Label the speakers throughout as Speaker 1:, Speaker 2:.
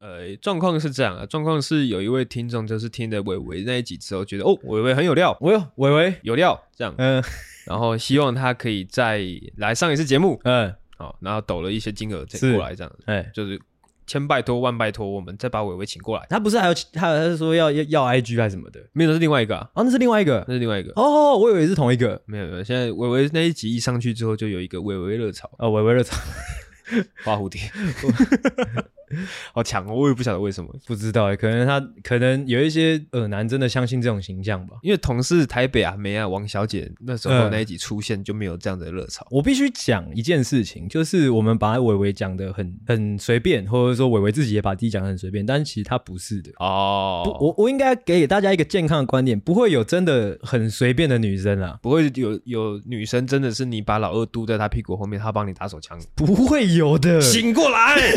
Speaker 1: 呃，状况是这样啊，状况是有一位听众就是听的伟伟那一集之后，觉得哦，伟伟很有料，
Speaker 2: 我有伟伟，
Speaker 1: 有料这样，
Speaker 2: 嗯
Speaker 1: 然后希望他可以再来上一次节目，
Speaker 2: 嗯，
Speaker 1: 好，然后抖了一些金额再
Speaker 2: 是
Speaker 1: 过来这样，
Speaker 2: 哎，
Speaker 1: 就是千拜托万拜托，我们再把伟伟请过来，
Speaker 2: 他不是还有他有他是说要要要 IG 还是什么的？
Speaker 1: 没有，那是另外一个、啊，
Speaker 2: 哦，那是另外一个
Speaker 1: 那是另外一个，
Speaker 2: 哦，我以为是同一个
Speaker 1: 没有没有，现在伟伟那一集一上去之后，就有一个伟伟热潮，
Speaker 2: 哦，伟伟的草
Speaker 1: 花 蝴蝶， 好强哦，我也不晓得为什么，
Speaker 2: 不知道哎，可能他可能有一些耳男真的相信这种形象吧。
Speaker 1: 因为同事台北啊梅啊王小姐那时候
Speaker 2: 嗯
Speaker 1: 那一集出现就没有这样的热潮，
Speaker 2: 我必须讲一件事情，就是我们把伟伟讲的很很随便，或者说伟伟自己也把自己讲的很随便，但其实他不是的。
Speaker 1: 哦，
Speaker 2: 不，我我应该给大家一个健康的观点，不会有真的很随便的女生啊啦，
Speaker 1: 不会有有女生真的是你把老二嘟在她屁股后面，她帮你打手枪，
Speaker 2: 不会有的。
Speaker 1: 过来。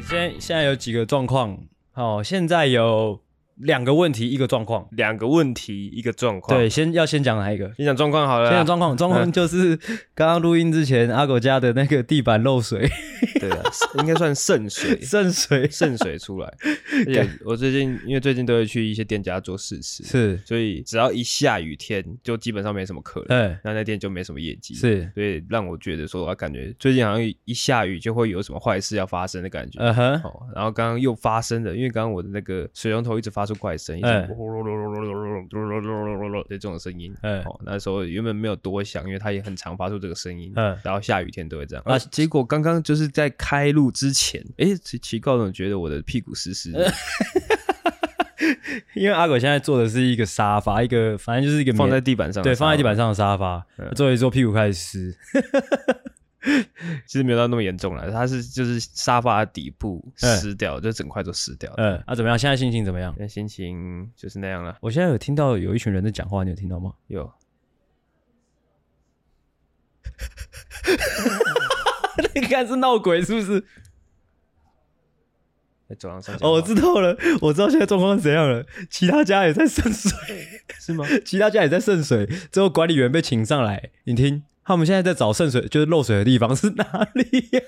Speaker 2: 现在现在有几个状况，哦，现在有两个问题，一个状况。
Speaker 1: 两个问题，一个状况。
Speaker 2: 对，，先要先讲哪一个？
Speaker 1: 先讲状况好了
Speaker 2: 先
Speaker 1: 啦。
Speaker 2: 讲状况，状况就是 刚刚录音之前，阿狗家的那个地板漏 水，，
Speaker 1: 对啊，应该算渗水
Speaker 2: 渗水
Speaker 1: 渗水出 来。而且我最近因为最近都会去一些店家做试吃，
Speaker 2: 是，
Speaker 1: 所以只要一下雨天，就基本上没什么客人，
Speaker 2: 哎，
Speaker 1: 那那店就没什么业绩。。
Speaker 2: 是，
Speaker 1: 所以让我觉得说，啊，感觉最近好像一下雨就会有什么坏事要发生的感觉。
Speaker 2: 嗯哼，
Speaker 1: 哦，然后刚刚又发生了，因为刚刚我的那个水龙头一直发出怪声，一直
Speaker 2: 哎
Speaker 1: 的这种声音。
Speaker 2: 哎，
Speaker 1: 哦，那时候原本没有多想，因为它也很常发出这个声音。
Speaker 2: 嗯
Speaker 1: 然后下雨天都会这样。
Speaker 2: 啊
Speaker 1: 啊，结果刚刚就是在开录之前，诶，奇奇怪，总觉得我的屁股湿湿的，
Speaker 2: 因为阿狗现在坐的是一个沙发，一个反正就是一个棉
Speaker 1: 放在地板上。
Speaker 2: 对放在地板，上的沙发，坐一坐屁股开始湿，
Speaker 1: 其实没有到那么严重了，它是就是沙发的底部湿掉，就整块都湿掉。
Speaker 2: 嗯，啊，怎么样？现在心情怎么样？
Speaker 1: 那心情就是那样了。
Speaker 2: 我现在有听到有一群人在讲话，你有听到吗？
Speaker 1: 有，
Speaker 2: 应该是闹鬼是不是？
Speaker 1: 在走廊上讲
Speaker 2: 哦，我
Speaker 1: 话
Speaker 2: 知道了，我知道现在状况是怎样了。其他家也在渗水，
Speaker 1: 是 吗？
Speaker 2: 其他家也在渗水。之后管理员被请上来，你听，他们现在在找渗水，就是漏水的地方是哪里呀、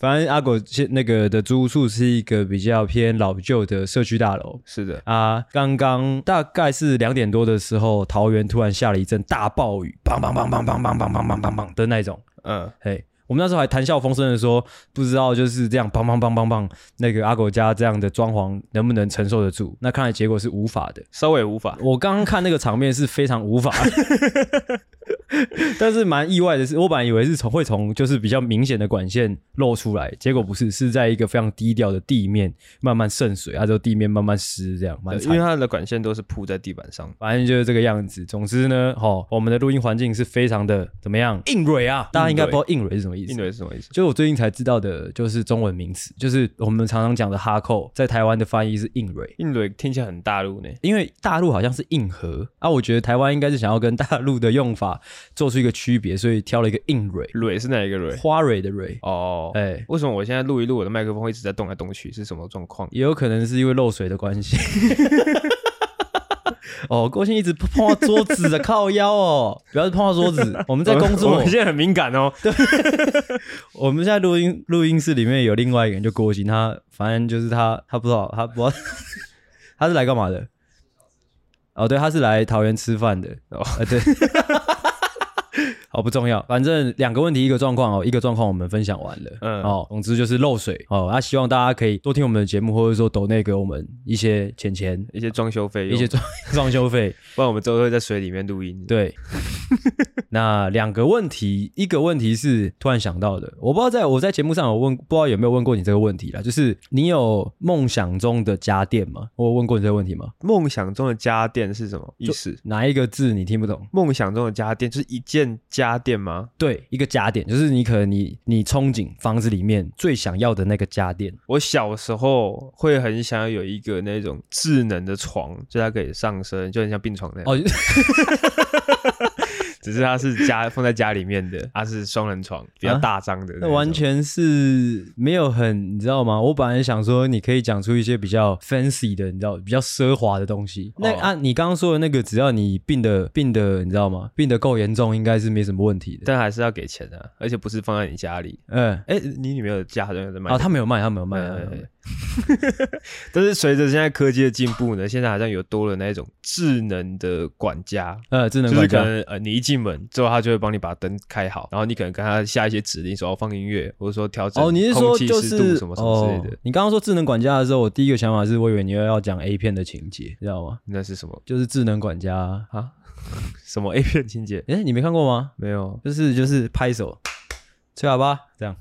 Speaker 2: 反正阿狗现那个的租屋处是一个比较偏老旧的社区大楼。
Speaker 1: 是的，
Speaker 2: 啊，刚刚大概是两点多的时候，桃园突然下了一阵大暴雨，砰砰砰砰砰砰砰砰砰砰砰的那种。
Speaker 1: 嗯，
Speaker 2: 嘿，我们那时候还谈笑风生的说，不知道就是这样，砰砰砰砰砰，那个阿狗家这样的装潢能不能承受得住？那看来结果是无法的。
Speaker 1: 稍微无法。
Speaker 2: 我刚刚看那个场面是非常无法的但是蛮意外的是，我本来以为是从会从就是比较明显的管线露出来，结果不是，是在一个非常低调的地面慢慢渗水，啊，就地面慢慢湿，这样蛮
Speaker 1: 对
Speaker 2: 惨
Speaker 1: 因为它的管线都是铺在地板上，
Speaker 2: 反正就是这个样子。总之呢，吼，我们的录音环境是非常的怎么样？硬蕊啊，大家应该不知道硬蕊是什么意思。
Speaker 1: 硬蕊是什么意思？
Speaker 2: 就是我最近才知道的，就是中文名词，就是我们常常讲的哈扣，在台湾的翻译是硬蕊。
Speaker 1: 硬蕊听起来很大陆呢，
Speaker 2: 因为大陆好像是硬核啊，我觉得台湾应该是想要跟大陆的用法做出一个区别，所以挑了一个硬蕊，
Speaker 1: 蕊是哪一个 蕊？
Speaker 2: 花蕊的蕊。
Speaker 1: 哦，
Speaker 2: 哎、
Speaker 1: 为什么我现在录一录我的麦克风会一直在动来动去？是什么状况？
Speaker 2: 也有可能是因为漏水的关 系。哦，郭鑫一直碰到桌子的靠腰哦，不要碰到桌子。我们在工
Speaker 1: 我
Speaker 2: 作
Speaker 1: 们，现在很敏感哦。
Speaker 2: 我们现在录音录音室里面有另外一个人，就郭鑫，他反正就是他，他不知道，他不知道 他是来干嘛的。哦，对，他是来桃园吃饭的。
Speaker 1: 哦
Speaker 2: 哦，对。哦，不重要，反正两个问题，一个状况哦，一个状况我们分享完了，
Speaker 1: 嗯
Speaker 2: 嗯，哦，总之就是漏水哦，那、希望大家可以多听我们的节目，或者说抖内给我们一些钱钱，
Speaker 1: 一些装修费用，
Speaker 2: 一些装装修费，
Speaker 1: 不然我们之后会在水里面录音。
Speaker 2: 对， 那两个问题，一个问题是突然想到的，我不知道在我在节目上有问，不知道有没有问过你这个问题啦，就是你有梦想中的家电吗？我有问过你这个问题吗？
Speaker 1: 梦想中的家电是什么意思？
Speaker 2: 哪一个字你听不懂？
Speaker 1: 梦想中的家电就是一件家电吗？
Speaker 2: 对，一个家电就是你可能你你憧憬房子里面最想要的那个家电，
Speaker 1: 我小时候会很想要有一个那种智能的床，就它可以上升，就很像病床那样。
Speaker 2: 哦，
Speaker 1: 只是它是家放在家里面的，它是双人床，比较大张的、
Speaker 2: 啊那完全是没有很，你知道吗？我本来想说你可以讲出一些比较 fancy 的，你知道，比较奢华的东西。那、
Speaker 1: 哦
Speaker 2: 啊，你刚刚说的那个，只要你病的病的，你知道吗？病得够严重，应该是没什么问题的。
Speaker 1: 但还是要给钱啊，而且不是放在你家里。
Speaker 2: 嗯，
Speaker 1: 哎、你女朋友的家好像有在卖
Speaker 2: 啊，他没有卖，他没有卖。他没有卖
Speaker 1: 对， 但是随着现在科技的进步呢，现在好像有多了那种智能的管家，
Speaker 2: 呃，智能
Speaker 1: 就是
Speaker 2: 管
Speaker 1: 可
Speaker 2: 家，
Speaker 1: 能呃，你一进门之后，他就会帮你把灯开好，然后你可能跟他下一些指令，说要放音乐，或者说调整
Speaker 2: 哦，你是说
Speaker 1: 空气
Speaker 2: 就
Speaker 1: 湿度
Speaker 2: 是
Speaker 1: 什么什么之类的，
Speaker 2: 哦？你刚刚说智能管家的时候，我第一个想法是我以为你又要讲 A 片的情节，你知道吗？
Speaker 1: 那是什么
Speaker 2: 就是智能管家，
Speaker 1: 啊？什么 A 片情节？
Speaker 2: 诶，你没看过吗？
Speaker 1: 没有
Speaker 2: 就是就是拍手、吹喇叭这样，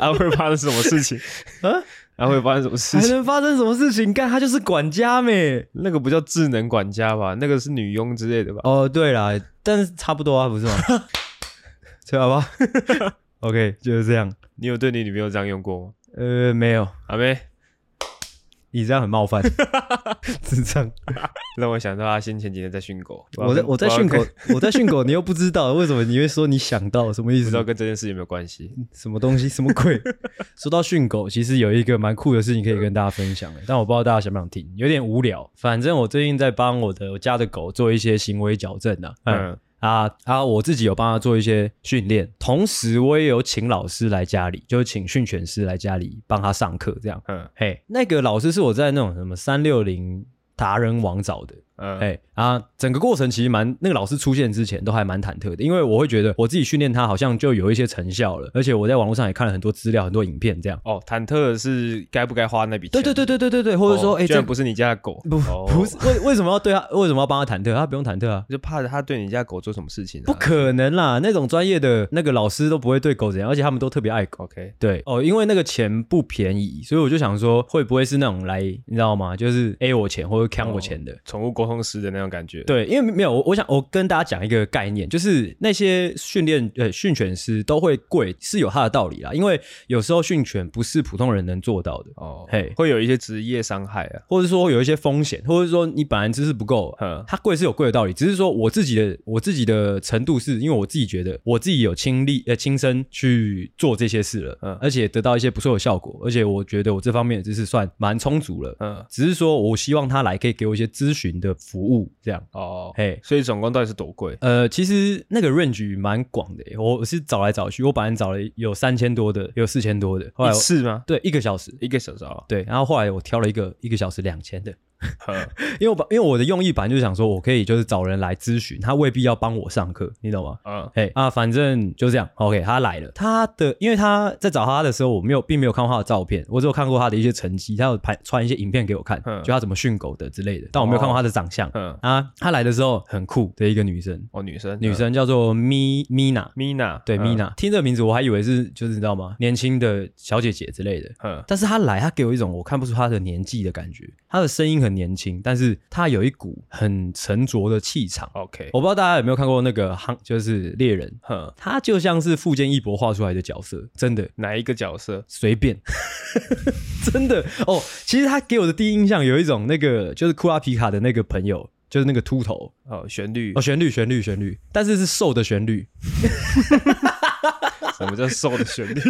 Speaker 1: 啊，会发生什么事情？
Speaker 2: 啊，
Speaker 1: 啊，会发生什么事
Speaker 2: 还
Speaker 1: 情？
Speaker 2: 能发生什么事情？干，他就是管家咩？
Speaker 1: 那个不叫智能管家吧？那个是女佣之类的吧？
Speaker 2: 哦，对啦，但是差不多啊，不 是吗？吹喇叭 ，OK，就是这样。
Speaker 1: 你有对你女朋友这样用过吗？
Speaker 2: 呃，没有，
Speaker 1: 阿妹，
Speaker 2: 你这样很冒 犯，智障。
Speaker 1: 让我想到阿星前几天在训狗，
Speaker 2: 我
Speaker 1: 不知
Speaker 2: 在
Speaker 1: 道跟
Speaker 2: 我在训，
Speaker 1: 不
Speaker 2: 狗， 我在训狗，你又不知道，为什么你会说你想到什么意
Speaker 1: 知道
Speaker 2: 思？
Speaker 1: 跟这件事有没有关系？
Speaker 2: 什么东西？什么鬼？ 说到训狗，其实有一个蛮酷的事情可以跟大家分享的，但我不知道大家想不想听，有点无聊。反正我最近在帮我的我家的狗做一些行为矫正啊，嗯
Speaker 1: 嗯，
Speaker 2: 啊啊，我自己有帮它做一些训练，同时我也有请老师来家里，就是请训犬师来家里帮它上课，这样。
Speaker 1: 嗯
Speaker 2: 嘿，那个老师是我在那种什么三六零达人网找的，
Speaker 1: 嗯，
Speaker 2: 哎、啊，整个过程其实蛮，那个老师出现之前都还蛮忐忑的，因为我会觉得我自己训练他好像就有一些成效了，而且我在网络上也看了很多资料、很多影片，这样。
Speaker 1: 哦，忐忑的是该不该花那笔钱？
Speaker 2: 对对
Speaker 1: 对，
Speaker 2: 对对对对对，或者说，哎、
Speaker 1: 哦居
Speaker 2: 这
Speaker 1: 然不是你家的狗，
Speaker 2: 不、
Speaker 1: 哦
Speaker 2: 不是为为什么要对他，为什么要帮他忐忑？他不用忐忑啊。
Speaker 1: 就怕他对你家狗做什么事情、啊。
Speaker 2: 不可能啦！那种专业的那个老师都不会对狗怎样，而且他们都特别爱狗。
Speaker 1: ，OK，
Speaker 2: 对哦，因为那个钱不便宜，所以我就想说，会不会是那种来，你知道吗？就是 A 我钱或者坑我钱的。
Speaker 1: 宠物沟通师的那种感觉。，
Speaker 2: 对，因为没有我，我想我跟大家讲一个概念，就是那些训练呃训犬师都会贵，是有它的道理啦。因为有时候训犬不是普通人能做到的，
Speaker 1: 哦，
Speaker 2: 嘿
Speaker 1: 会有一些职业伤害啊。
Speaker 2: 或者说有一些风险，或者说你本来知识不够，
Speaker 1: 嗯
Speaker 2: 它贵是有贵的道理。只是说我自己的我自己的程度是，因为我自己觉得我自己有亲历呃亲身去做这些事了，
Speaker 1: 嗯
Speaker 2: 而且得到一些不错的效果，而且我觉得我这方面的知识算蛮充足了。
Speaker 1: 嗯，
Speaker 2: 只是说我希望他来可以给我一些咨询的服务，这样。
Speaker 1: 哦，
Speaker 2: 嘿
Speaker 1: 所以总共到底是多贵？
Speaker 2: 呃，其实那个 range 蛮广的耶，欸我是找来找去，我本来找了有三千多的，有四千多的，后来
Speaker 1: 一
Speaker 2: 我
Speaker 1: 次吗？
Speaker 2: 对一个小时，
Speaker 1: 一个小时啊？
Speaker 2: 对，然后后来我挑了一个一个小时两千的，
Speaker 1: 嗯
Speaker 2: 因为我把因为我的用意本来就是想说我可以就是找人来咨询，他未必要帮我上课，你懂吗？
Speaker 1: 嗯，
Speaker 2: 哎啊，反正就这样。OK，他来了，他的因为他在找他的时候，我没有并没有看过他的照片，我只有看过他的一些成绩，他有拍传一些影片给我看，
Speaker 1: 嗯
Speaker 2: 就他怎么训狗的之类的，但我没有看过他的长相。
Speaker 1: 嗯
Speaker 2: 啊，他来的时候很酷的一个女生，
Speaker 1: 哦，女生，
Speaker 2: 女生叫做咪咪娜，
Speaker 1: Mina，
Speaker 2: 对
Speaker 1: 嗯
Speaker 2: 咪娜，听这个名字我还以为是就是你知道吗，年轻的小姐姐之类的。
Speaker 1: 嗯，
Speaker 2: 但是她来，她给我一种我看不出她的年纪的感觉。她的声音很年轻，但是她有一股很沉着的气场。
Speaker 1: OK，
Speaker 2: 我不知道大家有没有看过那个《夯》，就是猎人，
Speaker 1: 哼，
Speaker 2: 她就像是富坚义博画出来的角色，真的
Speaker 1: 哪一个角色？
Speaker 2: 随便， 真的哦。其实她给我的第一印象有一种那个就是库拉皮卡的那个朋友，就是那个秃头，
Speaker 1: 哦，旋律
Speaker 2: 哦，，旋律旋律旋律，但是是瘦的旋律，
Speaker 1: 什么叫瘦的旋 律？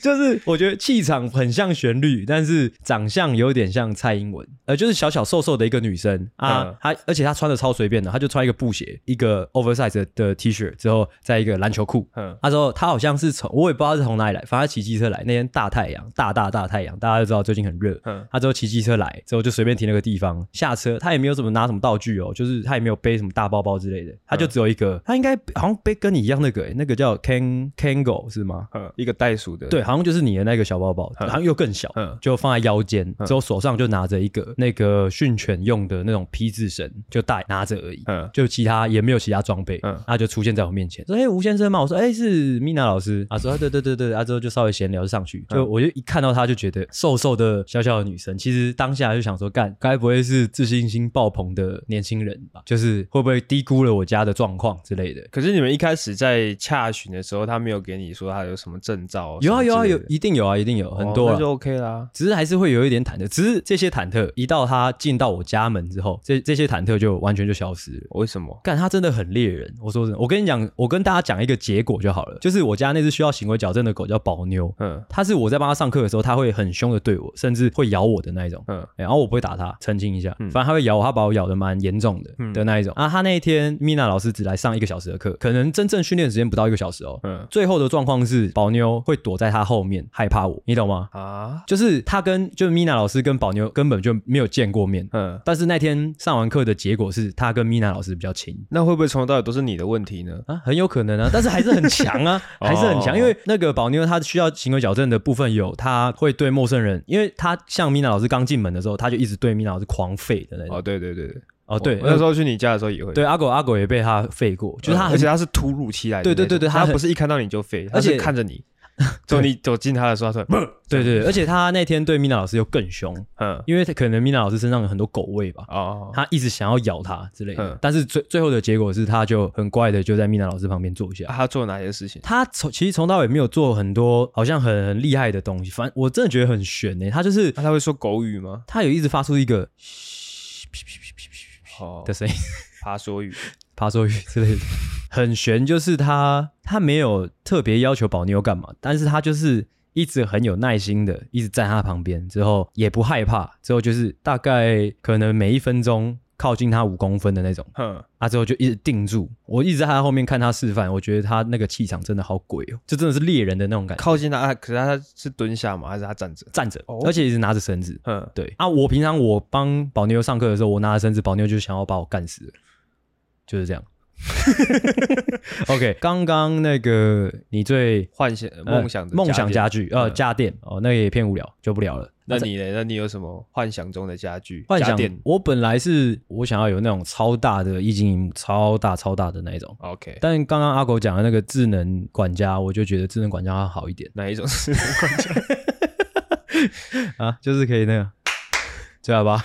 Speaker 2: 就是我觉得气场很像旋律，但是长相有点像蔡英文，呃，就是小小瘦瘦的一个女生啊，
Speaker 1: 嗯
Speaker 2: 她而且她穿的超随便的，她就穿一个布鞋，一个 oversize 的的 T 恤，之后再一个篮球裤。
Speaker 1: 嗯，
Speaker 2: 那时候她好像是从我也不知道是从哪里来，反正她骑机车来，那天大太阳，大大大太阳，大家都知道最近很热，
Speaker 1: 嗯
Speaker 2: 他之后骑机车来，之后就随便停了个地方下车，他也没有怎么拿什么道具哦，就是他也没有背什么大包包之类的，他就只有一个，他应该好像背跟你一样那个、欸，那个叫 Can Kango 是吗？
Speaker 1: 嗯，一个袋鼠的，
Speaker 2: 对，好像就是你的那个小包包，好像又更小，
Speaker 1: 嗯
Speaker 2: 就放在腰间，之后手上就拿着一个那个训犬用的那种 P 字绳，就带拿着而已，
Speaker 1: 嗯
Speaker 2: 就其他也没有其他装备，啊
Speaker 1: 嗯
Speaker 2: 他就出现在我面前，说：“哎、吴先生吗？”我说：“哎、是米娜老师。”啊，说：“啊对对对对。”啊，之后就稍微闲聊就上去，
Speaker 1: 嗯
Speaker 2: 就我就一看到她就觉得瘦瘦的小小的女生，其实当下就想说，干，该不会是自信心爆棚的年轻人吧？就是会不会低估了我家的状况之类的？
Speaker 1: 可是你们一开始在洽询的时候，他没有给你说他有什么证照，
Speaker 2: 有啊有啊有，
Speaker 1: 一
Speaker 2: 一定有啊一定有很多啊
Speaker 1: 哦那就 OK 啦。
Speaker 2: 只是还是会有一点忐忑，只是这些忐忑一到他进到我家门之后，这这些忐忑就完全就消失了。
Speaker 1: 为什么？
Speaker 2: 干，他真的很猎人。我说真的，我跟你讲，我跟大家讲一个结果就好了，就是我家那只需要行为矫正的狗叫宝妞，
Speaker 1: 嗯
Speaker 2: 它是我在帮它上课的时候，它会很凶的对我，甚至会咬我的那一种。
Speaker 1: 嗯，
Speaker 2: 欸然后我不会打他，澄清一下，反正他会咬我，他把我咬的蛮严重的、的那一种。啊，他那一天米娜老师只来上一个小时的课，可能真正训练时间不到一个小时哦。
Speaker 1: 嗯
Speaker 2: 最后的状况是，宝妞会躲在他后面害怕我，你懂吗？
Speaker 1: 啊
Speaker 2: 就是他跟就是米娜老师跟宝妞根本就没有见过面，
Speaker 1: 嗯，
Speaker 2: 但是那天上完课的结果是他跟米娜老师比较亲。
Speaker 1: 那会不会从头到尾都是你的问题呢？
Speaker 2: 啊，很有可能啊，但是还是很强 啊，还是
Speaker 1: 哦
Speaker 2: 很强，因为那个宝妞她需要行为矫正的部分有，她会对陌生人，因为她像米娜老师刚进门的时候，她就一直对米娜老师狂吠的那种。
Speaker 1: 哦，对对对对，
Speaker 2: 哦，对，
Speaker 1: 我
Speaker 2: 那
Speaker 1: 那时候去你家的时候也会，嗯
Speaker 2: 对阿狗阿狗也被他废过，就是他
Speaker 1: 嗯而
Speaker 2: 很
Speaker 1: 且他是突如其来的那
Speaker 2: 对
Speaker 1: 种，
Speaker 2: 对对对他
Speaker 1: 他
Speaker 2: 很
Speaker 1: 不是一看到你就飞，
Speaker 2: 而
Speaker 1: 而
Speaker 2: 且
Speaker 1: 且看着 你，走你走近他的时候，他突然，
Speaker 2: 对对，对而且他那天对米娜老师又更凶，
Speaker 1: 嗯，
Speaker 2: 因为他可能米娜老师身上有很多狗味吧，
Speaker 1: 哦，
Speaker 2: 他一直想要咬他之类的
Speaker 1: 嗯，
Speaker 2: 但是最最后的结果是，他就很乖的就在米娜老师旁边坐下
Speaker 1: 啊。他做了哪些事情？
Speaker 2: 他从其实从到尾没有做很多好像很很厉害的东西，反正我真的觉得很悬欸呢、他就是
Speaker 1: 啊那他会说狗语吗？
Speaker 2: 他有一直发出一个
Speaker 1: 哦
Speaker 2: 的，声音，
Speaker 1: 爬梭语，
Speaker 2: 爬手语之类的，很悬。就是他他没有特别要求宝妞干嘛，但是他就是一直很有耐心的，一直在他旁边，之后也不害怕，之后就是大概可能每一分钟靠近他五公分的那种，
Speaker 1: 哼，
Speaker 2: 啊之后就一直定住。我一直在他后面看他示范，我觉得他那个气场真的好鬼哦，就真的是猎人的那种感觉，
Speaker 1: 靠近他，啊可是他是蹲下吗？还是他站着？
Speaker 2: 站着
Speaker 1: 哦，
Speaker 2: 而且一直拿着绳子。
Speaker 1: 嗯，
Speaker 2: 对啊，我平常我帮宝妞上课的时候，我拿着绳子，宝妞就想要把我干死了，就是这样。OK，刚 刚那个你最
Speaker 1: 幻想
Speaker 2: 呃
Speaker 1: 梦想的
Speaker 2: 梦想
Speaker 1: 店
Speaker 2: 家具呃
Speaker 1: 嗯
Speaker 2: 家电哦，那个也偏无聊，就不聊了。
Speaker 1: 那你呢？那你有什么幻想中的家具？
Speaker 2: 幻
Speaker 1: 家
Speaker 2: 想
Speaker 1: 电
Speaker 2: 我本来是我想要有那种超大的液晶屏幕，超大超大的那一种，
Speaker 1: ？OK，
Speaker 2: 但刚刚阿狗讲的那个智能管家，我就觉得智能管家要好一点
Speaker 1: 哪一种是？
Speaker 2: 啊，就是可以那个，啊知道吧？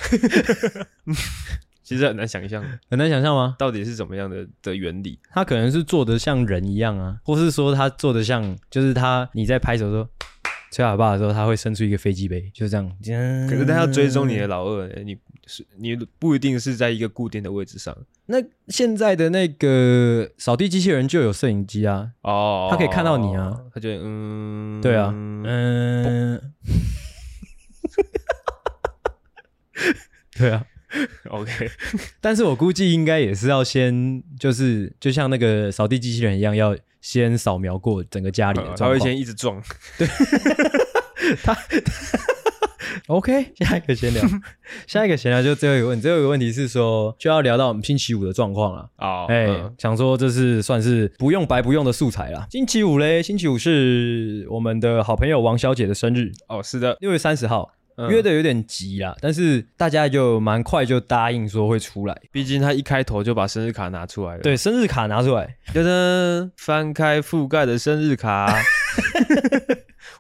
Speaker 1: 其实很难想象
Speaker 2: 很难想象吗？
Speaker 1: 到底是怎么样的的原理。
Speaker 2: 他可能是做的像人一样啊，或是说他做的像，就是他你在拍手的时候吹喇叭的时候，他会伸出一个飞机杯，就是这样。
Speaker 1: 可是他要追踪你的老二，你是你不一定是在一个固定的位置上
Speaker 2: 那现在的那个扫地机器人就有摄影机啊，
Speaker 1: 哦，
Speaker 2: 他可以看到你啊，
Speaker 1: 他就嗯，
Speaker 2: 对啊，嗯， 对啊。
Speaker 1: ，OK，
Speaker 2: 但是我估计应该也是要先，就是就像那个扫地机器人一样，要先扫描过整个家里的状
Speaker 1: 呃 他
Speaker 2: 况。
Speaker 1: 会先一直撞，
Speaker 2: OK，下一个 闲聊，下一个闲聊就最后一个问题，最后一个问题是说，就要聊到我们星期五的状况了。
Speaker 1: 哦，
Speaker 2: 哎、
Speaker 1: 嗯
Speaker 2: 想说这是算是不用白不用的素材啦。星期五嘞，星期五是我们的好朋友王小姐的生日，
Speaker 1: 哦，是的，
Speaker 2: 六月三十号，
Speaker 1: 嗯
Speaker 2: 约的有点急啦，但是大家就蛮快就答应说会出来。
Speaker 1: 毕竟他一开头就把生日卡拿出来了，，
Speaker 2: 对，生日卡拿出来，
Speaker 1: 噔噔，翻开覆盖的生日卡，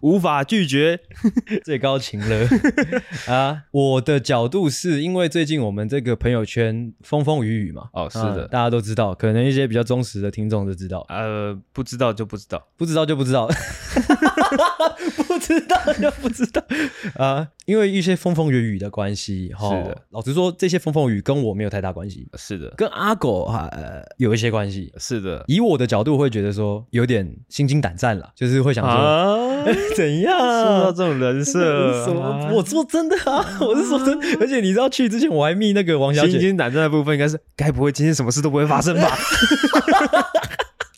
Speaker 1: 无法拒绝，
Speaker 2: 最高情了啊！我的角度是因为最近我们这个朋友圈风风雨雨嘛，
Speaker 1: 哦，是
Speaker 2: 啊
Speaker 1: 的，
Speaker 2: 大家都知道，可能一些比较忠实的听众就知道，
Speaker 1: 呃，不知道就不知道，
Speaker 2: 不知道就 不知道，不知道就不知道啊！因为一些风风雨雨的关系，哈
Speaker 1: 是的，
Speaker 2: 老实说，这些风风雨雨跟我没有太大关系，
Speaker 1: 是的，
Speaker 2: 跟阿狗哈、呃、有一些关系。
Speaker 1: 是的，
Speaker 2: 以我的角度，会觉得说有点心惊胆战了，就是会想说、
Speaker 1: 啊，
Speaker 2: 怎样
Speaker 1: 说到这种人 设，
Speaker 2: 什
Speaker 1: 啊
Speaker 2: 么？我说真的啊，我是说真的。而且你知道去之前我还密那个王小
Speaker 1: 心
Speaker 2: 姐，
Speaker 1: 惊胆战的部分应该是，该不会今天什么事都不会发生吧？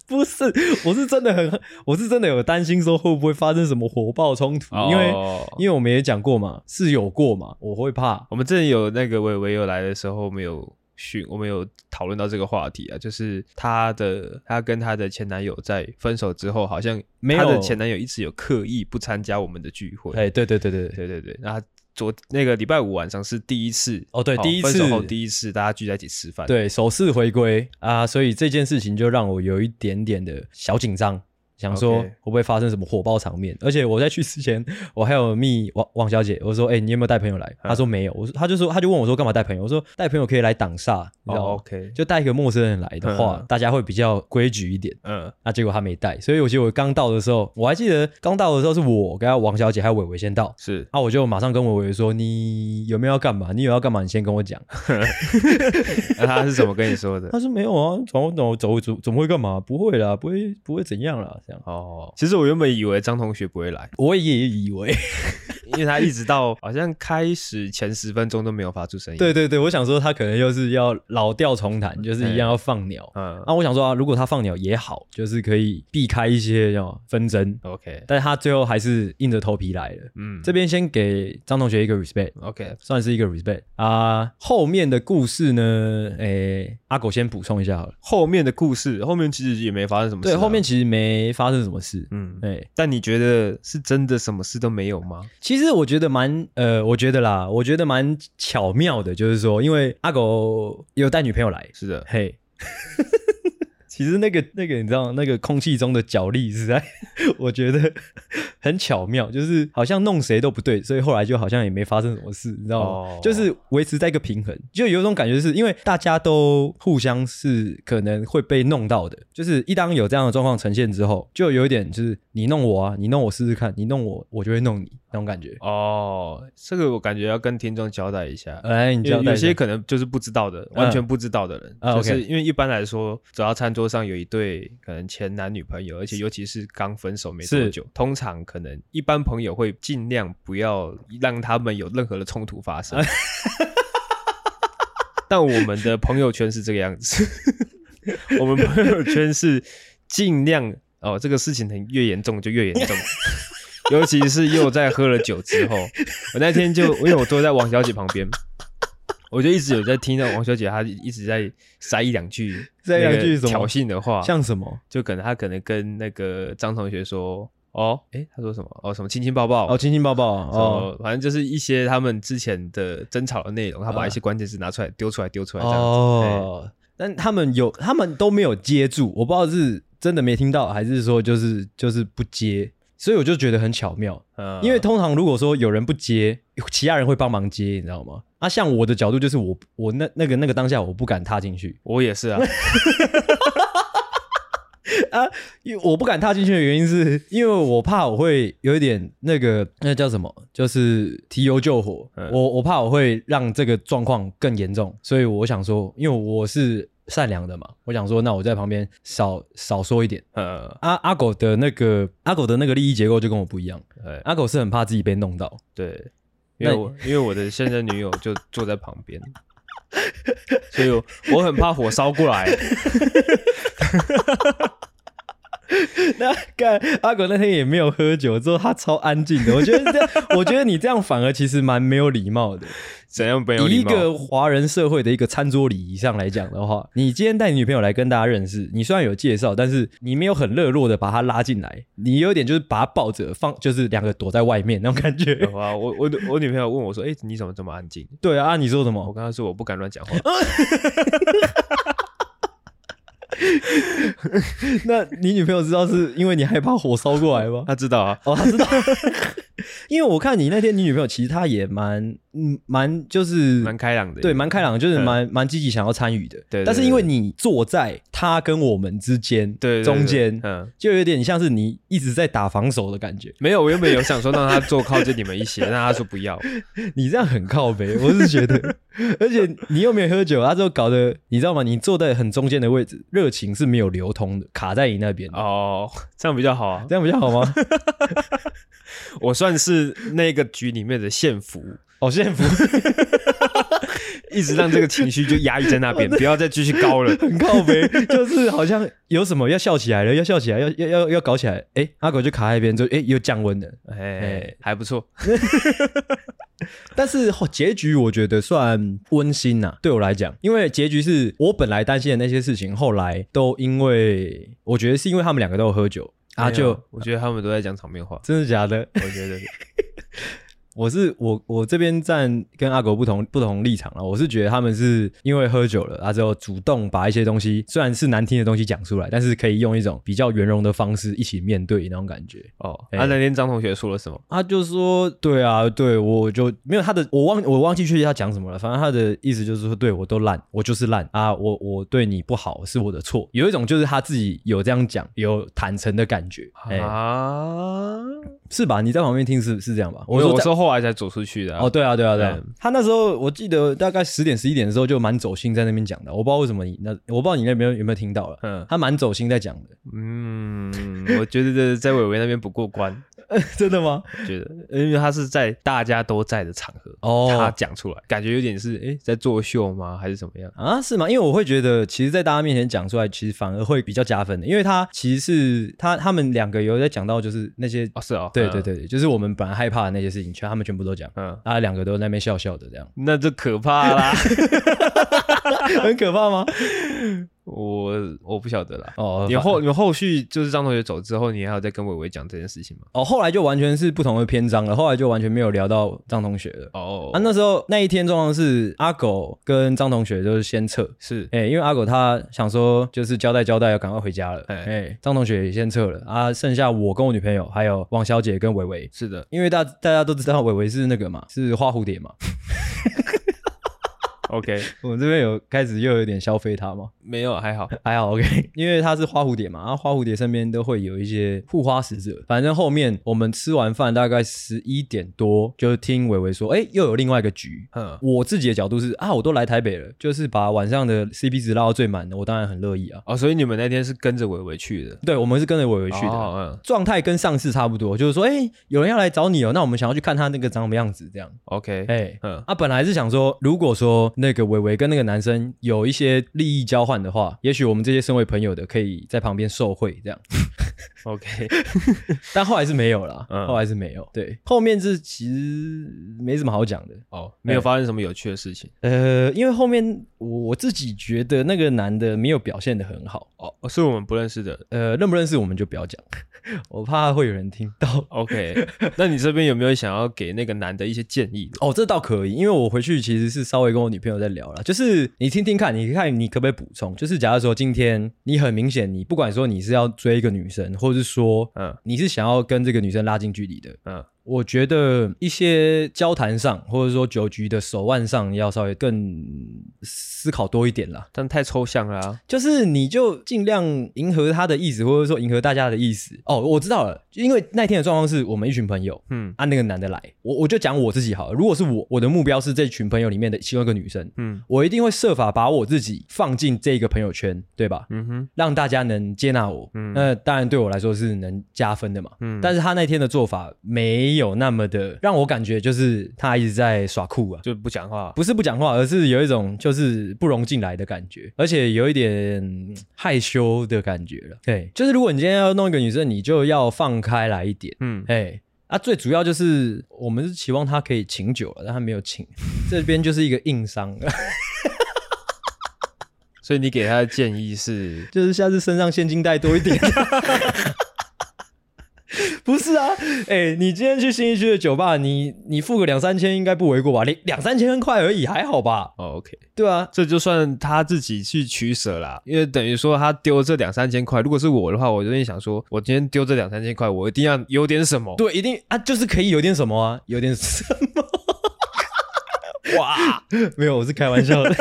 Speaker 2: 不是，我是真的很，我是真的有担心说会不会发生什么火爆冲突，因为
Speaker 1: 哦
Speaker 2: 因为我们也讲过嘛，是有过嘛，我会怕。
Speaker 1: 我们之前有那个伟伟有来的时候，我们有训，我们有讨论到这个话题啊，就是她的她跟她的前男友在分手之后，好像
Speaker 2: 没有
Speaker 1: 她的前男友一直有刻意不参加我们的聚会。
Speaker 2: 哎，对对对对
Speaker 1: 对
Speaker 2: 对，
Speaker 1: 对对，那她昨那个礼拜五晚上是第一次
Speaker 2: 哦对第一次
Speaker 1: 分手后第一次大家聚在一起吃饭。
Speaker 2: 对首次回归啊，所以这件事情就让我有一点点的小紧张。想说
Speaker 1: OK
Speaker 2: 会不会发生什么火爆场面。而且我在去之前，我还有密王王小姐，我说：“哎、你有没有带朋友来？”
Speaker 1: 嗯
Speaker 2: 她说：“没有。”我说：“她就说，她就问我说干嘛带朋友？”我说：“带朋友可以来挡煞，你知道吗？
Speaker 1: 哦，OK，
Speaker 2: 就带一个陌生人来的话，
Speaker 1: 嗯
Speaker 2: 大家会比较规矩一点。”
Speaker 1: 嗯，
Speaker 2: 啊，结果他没带，所以我觉得我刚到的时候，我还记得刚到的时候是我跟王小姐还有伟伟先到，
Speaker 1: 是
Speaker 2: 啊，我就马上跟伟伟说：“你有没有要干嘛？你有要干嘛？你先跟我讲。
Speaker 1: 那他是怎么跟你说的？
Speaker 2: 他说：“没有啊，怎么怎么走怎怎么会干嘛？不会啦，不会不会怎样啦。”这样，
Speaker 1: 哦，其实我原本以为张同学不会来，
Speaker 2: 我也以为，
Speaker 1: 因为他一直到好像开始前十分钟都没有发出声音。
Speaker 2: 对，对对，我想说他可能又是要老调重弹，就是一样要放鸟。
Speaker 1: 嗯
Speaker 2: 啊，我想说啊，如果他放鸟也好，就是可以避开一些这样纷争，
Speaker 1: ，OK，
Speaker 2: 但是他最后还是硬着头皮来了。
Speaker 1: 嗯，
Speaker 2: 这边先给张同学一个 respect。
Speaker 1: OK，
Speaker 2: 算是一个 respect 啊、后面的故事呢，诶、阿狗先补充一下好了。
Speaker 1: 后面的故事后面其实也没发生什么事啊、
Speaker 2: 对，后面其实没发生什么事。
Speaker 1: 嗯，
Speaker 2: 哎、
Speaker 1: 但你觉得是真的什么事都没有吗？
Speaker 2: 其实我觉得蛮，呃，我觉得啦，我觉得蛮巧妙的，就是说，因为阿狗有带女朋友来，
Speaker 1: 是的，
Speaker 2: 嘿， 其实那个那个，你知道，那个空气中的角力实在， 我觉得很巧妙，就是好像弄谁都不对，所以后来就好像也没发生什么事，你知道吗？
Speaker 1: 哦
Speaker 2: 就是维持在一个平衡，就有一种感觉是，因为大家都互相是可能会被弄到的，就是一当有这样的状况呈现之后，就有一点就是你弄我啊，你弄我试试看，你弄我，我就会弄你那种感觉。
Speaker 1: 哦，这个我感觉要跟听众交代一下。
Speaker 2: 哎，你
Speaker 1: 因
Speaker 2: 知道
Speaker 1: 为有些可能就是不知道的，完全不知道的人，
Speaker 2: 啊
Speaker 1: 就是
Speaker 2: OK
Speaker 1: 因为一般来说，只要餐桌上有一对可能前男女朋友，而且尤其是刚分手没多
Speaker 2: 是
Speaker 1: 久，通常可能一般朋友会尽量不要让他们有任何的冲突发生。 但我们的朋友圈是这个样子， 我们朋友圈是尽量哦，这个事情很越严重就越严 重。尤其是又在喝了酒之后，我那天就因为我坐在王小姐旁边，我就一直有在听到王小姐她一直在塞一两句
Speaker 2: 塞一两句
Speaker 1: 那个
Speaker 2: 什么
Speaker 1: 挑衅的话，
Speaker 2: 像什么？
Speaker 1: 就可能她可能跟那个张同学说，哦，诶，她说什么？哦，什么亲亲抱抱，
Speaker 2: 哦，亲亲抱抱啊，哦
Speaker 1: 哦，反正就是一些他们之前的争吵的内容，她把一些关键字拿出来丢出来丢出来这样子。哦，
Speaker 2: 啊哦，但他们有，他们都没有接住，我不知道是真的没听到，还是说就是就是不接，所以我就觉得很巧妙。
Speaker 1: 嗯
Speaker 2: 因为通常如果说有人不接，其他人会帮忙接，你知道吗？啊，像我的角度就是我我那那个那个当下我不敢踏进去
Speaker 1: 我也是啊，
Speaker 2: 啊，因为我不敢踏进去的原因是因为我怕我会有一点那个那叫什么，就是提油救火，
Speaker 1: 嗯
Speaker 2: 我我怕我会让这个状况更严重，所以我想说，因为我是善良的嘛，我想说那我在旁边少少说一点。
Speaker 1: 呃，
Speaker 2: 阿、阿狗的那个阿狗的那个利益结构就跟我不一样，
Speaker 1: 对
Speaker 2: 阿狗是很怕自己被弄到，
Speaker 1: 对，因为
Speaker 2: 那
Speaker 1: 我因为我的现任女友就坐在旁边，所以我我很怕火烧过来。
Speaker 2: 那干阿狗那天也没有喝酒，之后他超安静的。我觉得这样，我觉得你这样反而其实蛮没有礼貌的。
Speaker 1: 怎样没有
Speaker 2: 以
Speaker 1: 礼
Speaker 2: 一
Speaker 1: 貌？
Speaker 2: 个华人社会的一个餐桌礼仪上来讲的话，你今天带你女朋友来跟大家认识，你虽然有介绍，但是你没有很热络的把她拉进来，你有点就是把她抱着放，就是两个躲在外面那种感觉
Speaker 1: 有。啊，我我我女朋友问我说：“哎、你怎么这么安静
Speaker 2: 对啊，啊你说什？”
Speaker 1: 我
Speaker 2: 么？
Speaker 1: 跟她说：“我不敢乱讲话。
Speaker 2: 哦那你女朋友知道是因为你害怕火烧过来 吗”？
Speaker 1: 她知道啊，
Speaker 2: 哦，他知道。因为我看你那天，你女朋友其实她也蛮，嗯，蛮就是
Speaker 1: 蛮开朗的。
Speaker 2: 对，蛮开朗，就是
Speaker 1: 嗯
Speaker 2: 蛮蛮积极想要参与的。
Speaker 1: 对对
Speaker 2: 但是因为你坐在他跟我们之间，
Speaker 1: 对对对
Speaker 2: 中间，
Speaker 1: 嗯，
Speaker 2: 就有点像是你一直在打防守的感觉。
Speaker 1: 没有，我原本有想说让她坐靠近你们一些，但她说不 要。
Speaker 2: 你这样很靠北，我是觉得，而且你又没喝酒，他就搞得你知道吗？你坐在很中间的位置，热情是没有流通的，卡在你那边。
Speaker 1: 哦，这样比较好啊。
Speaker 2: 这样比较好吗？
Speaker 1: 我算是那个局里面的线服，
Speaker 2: 好幸福，
Speaker 1: 一直让这个情绪就压抑在那 边，不要再继续高了。
Speaker 2: 哦很靠北，就是好像有什么要笑起来了，要笑起来，要要要要搞起来。哎、阿狗就卡在一边，就哎、诶有降温了。
Speaker 1: 哎、
Speaker 2: 哎
Speaker 1: 还不错。
Speaker 2: 但是后结局我觉得算温馨呐、对我来讲，因为结局是我本来担心的那些事情，后来都因为我觉得是因为他们两个都有喝酒啊
Speaker 1: 没有
Speaker 2: 就，
Speaker 1: 我觉得他们都在讲场面话，
Speaker 2: 真的假的？
Speaker 1: 我觉得
Speaker 2: 我是我我这边站跟阿狗不同不同立场了，我是觉得他们是因为喝酒了，啊之后主动把一些东西，虽然是难听的东西讲出来，但是可以用一种比较圆融的方式一起面对那种感觉。
Speaker 1: 哦，
Speaker 2: 哎
Speaker 1: 啊，那天张同学说了什么？
Speaker 2: 他就说：“对啊，对我就没有他的，我忘我忘记确切他讲什么了。反正他的意思就是说，对我都烂，我就是烂啊，我我对你不好是我的错。有一种就是他自己有这样讲，有坦诚的感觉，哎、
Speaker 1: 啊，
Speaker 2: 是吧？你在旁边听是是这样吧？
Speaker 1: 我
Speaker 2: 说
Speaker 1: 我
Speaker 2: 在
Speaker 1: 说后来才走出去的啊。
Speaker 2: 哦，对啊，对啊，对啊
Speaker 1: 对。
Speaker 2: 他那时候我记得大概十点十一点的时候就蛮走心在那边讲的，我不知道为什么你那我不知道你那边有没有听到了，
Speaker 1: 嗯
Speaker 2: 他蛮走心在讲的，
Speaker 1: 嗯，我觉得这在伟伟那边不过关，
Speaker 2: 真的吗？
Speaker 1: 觉得，因为他是在大家都在的场合，他
Speaker 2: 哦。”
Speaker 1: 讲出来，感觉有点是诶在作秀吗，还是怎么样？
Speaker 2: 啊，是吗？因为我会觉得，其实，在大家面前讲出来，其实反而会比较加分的，因为他其实是他他们两个有在讲到，就是那些，
Speaker 1: 哦，是哦，
Speaker 2: 对
Speaker 1: 嗯
Speaker 2: 对，对对，就是我们本来害怕的那些事情，全他们全部都讲，
Speaker 1: 嗯，
Speaker 2: 啊，两个都在那边笑笑的，这样
Speaker 1: 那就可怕 啦，
Speaker 2: 很可怕吗？
Speaker 1: 我我不晓得啦。
Speaker 2: 哦，
Speaker 1: 你
Speaker 2: 反
Speaker 1: 后你后续就是张同学走之后，你还有在跟伟伟讲这件事情吗？
Speaker 2: 哦，后来就完全是不同的篇章了，后来就完全没有聊到张同学了。
Speaker 1: 哦，
Speaker 2: 啊，那时候那一天状况是阿狗跟张同学就是先撤，
Speaker 1: 是
Speaker 2: 哎、因为阿狗他想说就是交代交代，要赶快回家了，哎、
Speaker 1: 哎
Speaker 2: 张同学也先撤了啊，剩下我跟我女朋友还有王小姐跟伟伟，
Speaker 1: 是的
Speaker 2: 因为大大家都知道伟伟是那个嘛，是花蝴蝶嘛，
Speaker 1: ，OK，
Speaker 2: 我们这边有开始又有点消费他嘛，
Speaker 1: 没有还好，
Speaker 2: 还好 OK，因 为他是花蝴蝶嘛，然、啊后花蝴蝶身边都会有一些护花使者。反正后面我们吃完饭大概十一点多，就听伟伟说，哎、又有另外一个局，
Speaker 1: 嗯，
Speaker 2: 我自己的角度是啊，我都来台北了，就是把晚上的 CP 值拉到最满的，我当然很乐意啊。
Speaker 1: 哦，所以你们那天是跟着伟伟去的，
Speaker 2: 对，我们是跟着伟伟去的。
Speaker 1: 哦嗯
Speaker 2: 状态跟上次差不多，就是说，哎、有人要来找你哦，那我们想要去看他那个长什么样子，这样，
Speaker 1: ，OK，
Speaker 2: 哎、
Speaker 1: 嗯，
Speaker 2: 啊，本来是想说，如果说那个伟伟跟那个男生有一些利益交换的话，也许我们这些身为朋友的可以在旁边受贿这样，
Speaker 1: OK，
Speaker 2: 但后来是没有啦，
Speaker 1: 嗯
Speaker 2: 后来是没有。对，后面是其实没什么好讲的，
Speaker 1: 哦，没有发生什么有趣的事情。
Speaker 2: 呃，因为后面我我自己觉得那个男的没有表现的很好，
Speaker 1: 哦，是我们不认识的。
Speaker 2: 呃，认不认识我们就不要讲， 我怕会有人听到。
Speaker 1: OK，那你这边有没有想要给那个男的一些建议？
Speaker 2: 哦，这倒可以，因为我回去其实是稍微跟我女朋友在聊了，就是你听听看，你看你可不可以补充？就是假如说今天你很明显，你不管说你是要追一个女生，或者是说
Speaker 1: 嗯
Speaker 2: 你是想要跟这个女生拉近距离的，
Speaker 1: 嗯，
Speaker 2: 我觉得一些交谈上，或者说酒局的手腕上，要稍微更思考多一点啦。
Speaker 1: 但太抽象了、啊。
Speaker 2: 就是你就尽量迎合他的意思，或者说迎合大家的意思。哦，我知道了，因为那天的状况是我们一群朋友，
Speaker 1: 嗯
Speaker 2: 啊按那个男的来，我我就讲我自己好了。如果是我，我的目标是这群朋友里面的其中一个女生，
Speaker 1: 嗯
Speaker 2: 我一定会设法把我自己放进这个朋友圈，对吧？
Speaker 1: 嗯哼
Speaker 2: 让大家能接纳我，
Speaker 1: 嗯
Speaker 2: 那当然对我来说是能加分的嘛。
Speaker 1: 嗯，
Speaker 2: 但是他那天的做法没有那么的让我感觉，就是他一直在耍酷啊，
Speaker 1: 就不讲话。
Speaker 2: 不是不讲话，而是有一种就是不融进来的感觉，而且有一点嗯害羞的感觉了。对，就是如果你今天要弄一个女生，你就要放开来一点。
Speaker 1: 嗯，
Speaker 2: 哎，啊，最主要就是我们是期望她可以请酒了，但她没有请， 这边就是一个硬伤，
Speaker 1: 所以你给他的建议是，
Speaker 2: 就是下次身上现金带多一点。 不是啊，哎、你今天去新一区的酒吧，你你付个两三千应该不为过吧？两两三千块而已，还好吧？
Speaker 1: 哦，OK，
Speaker 2: 对啊，
Speaker 1: 这就算他自己去取舍啦，因为等于说他丢这两三千块，如果是我的话，我就会想说，我今天丢这两三千块，我一定要有点什么。
Speaker 2: 对，一定啊，就是可以有点什么啊，有点什么。
Speaker 1: 哇，
Speaker 2: 没有，我是开玩笑的，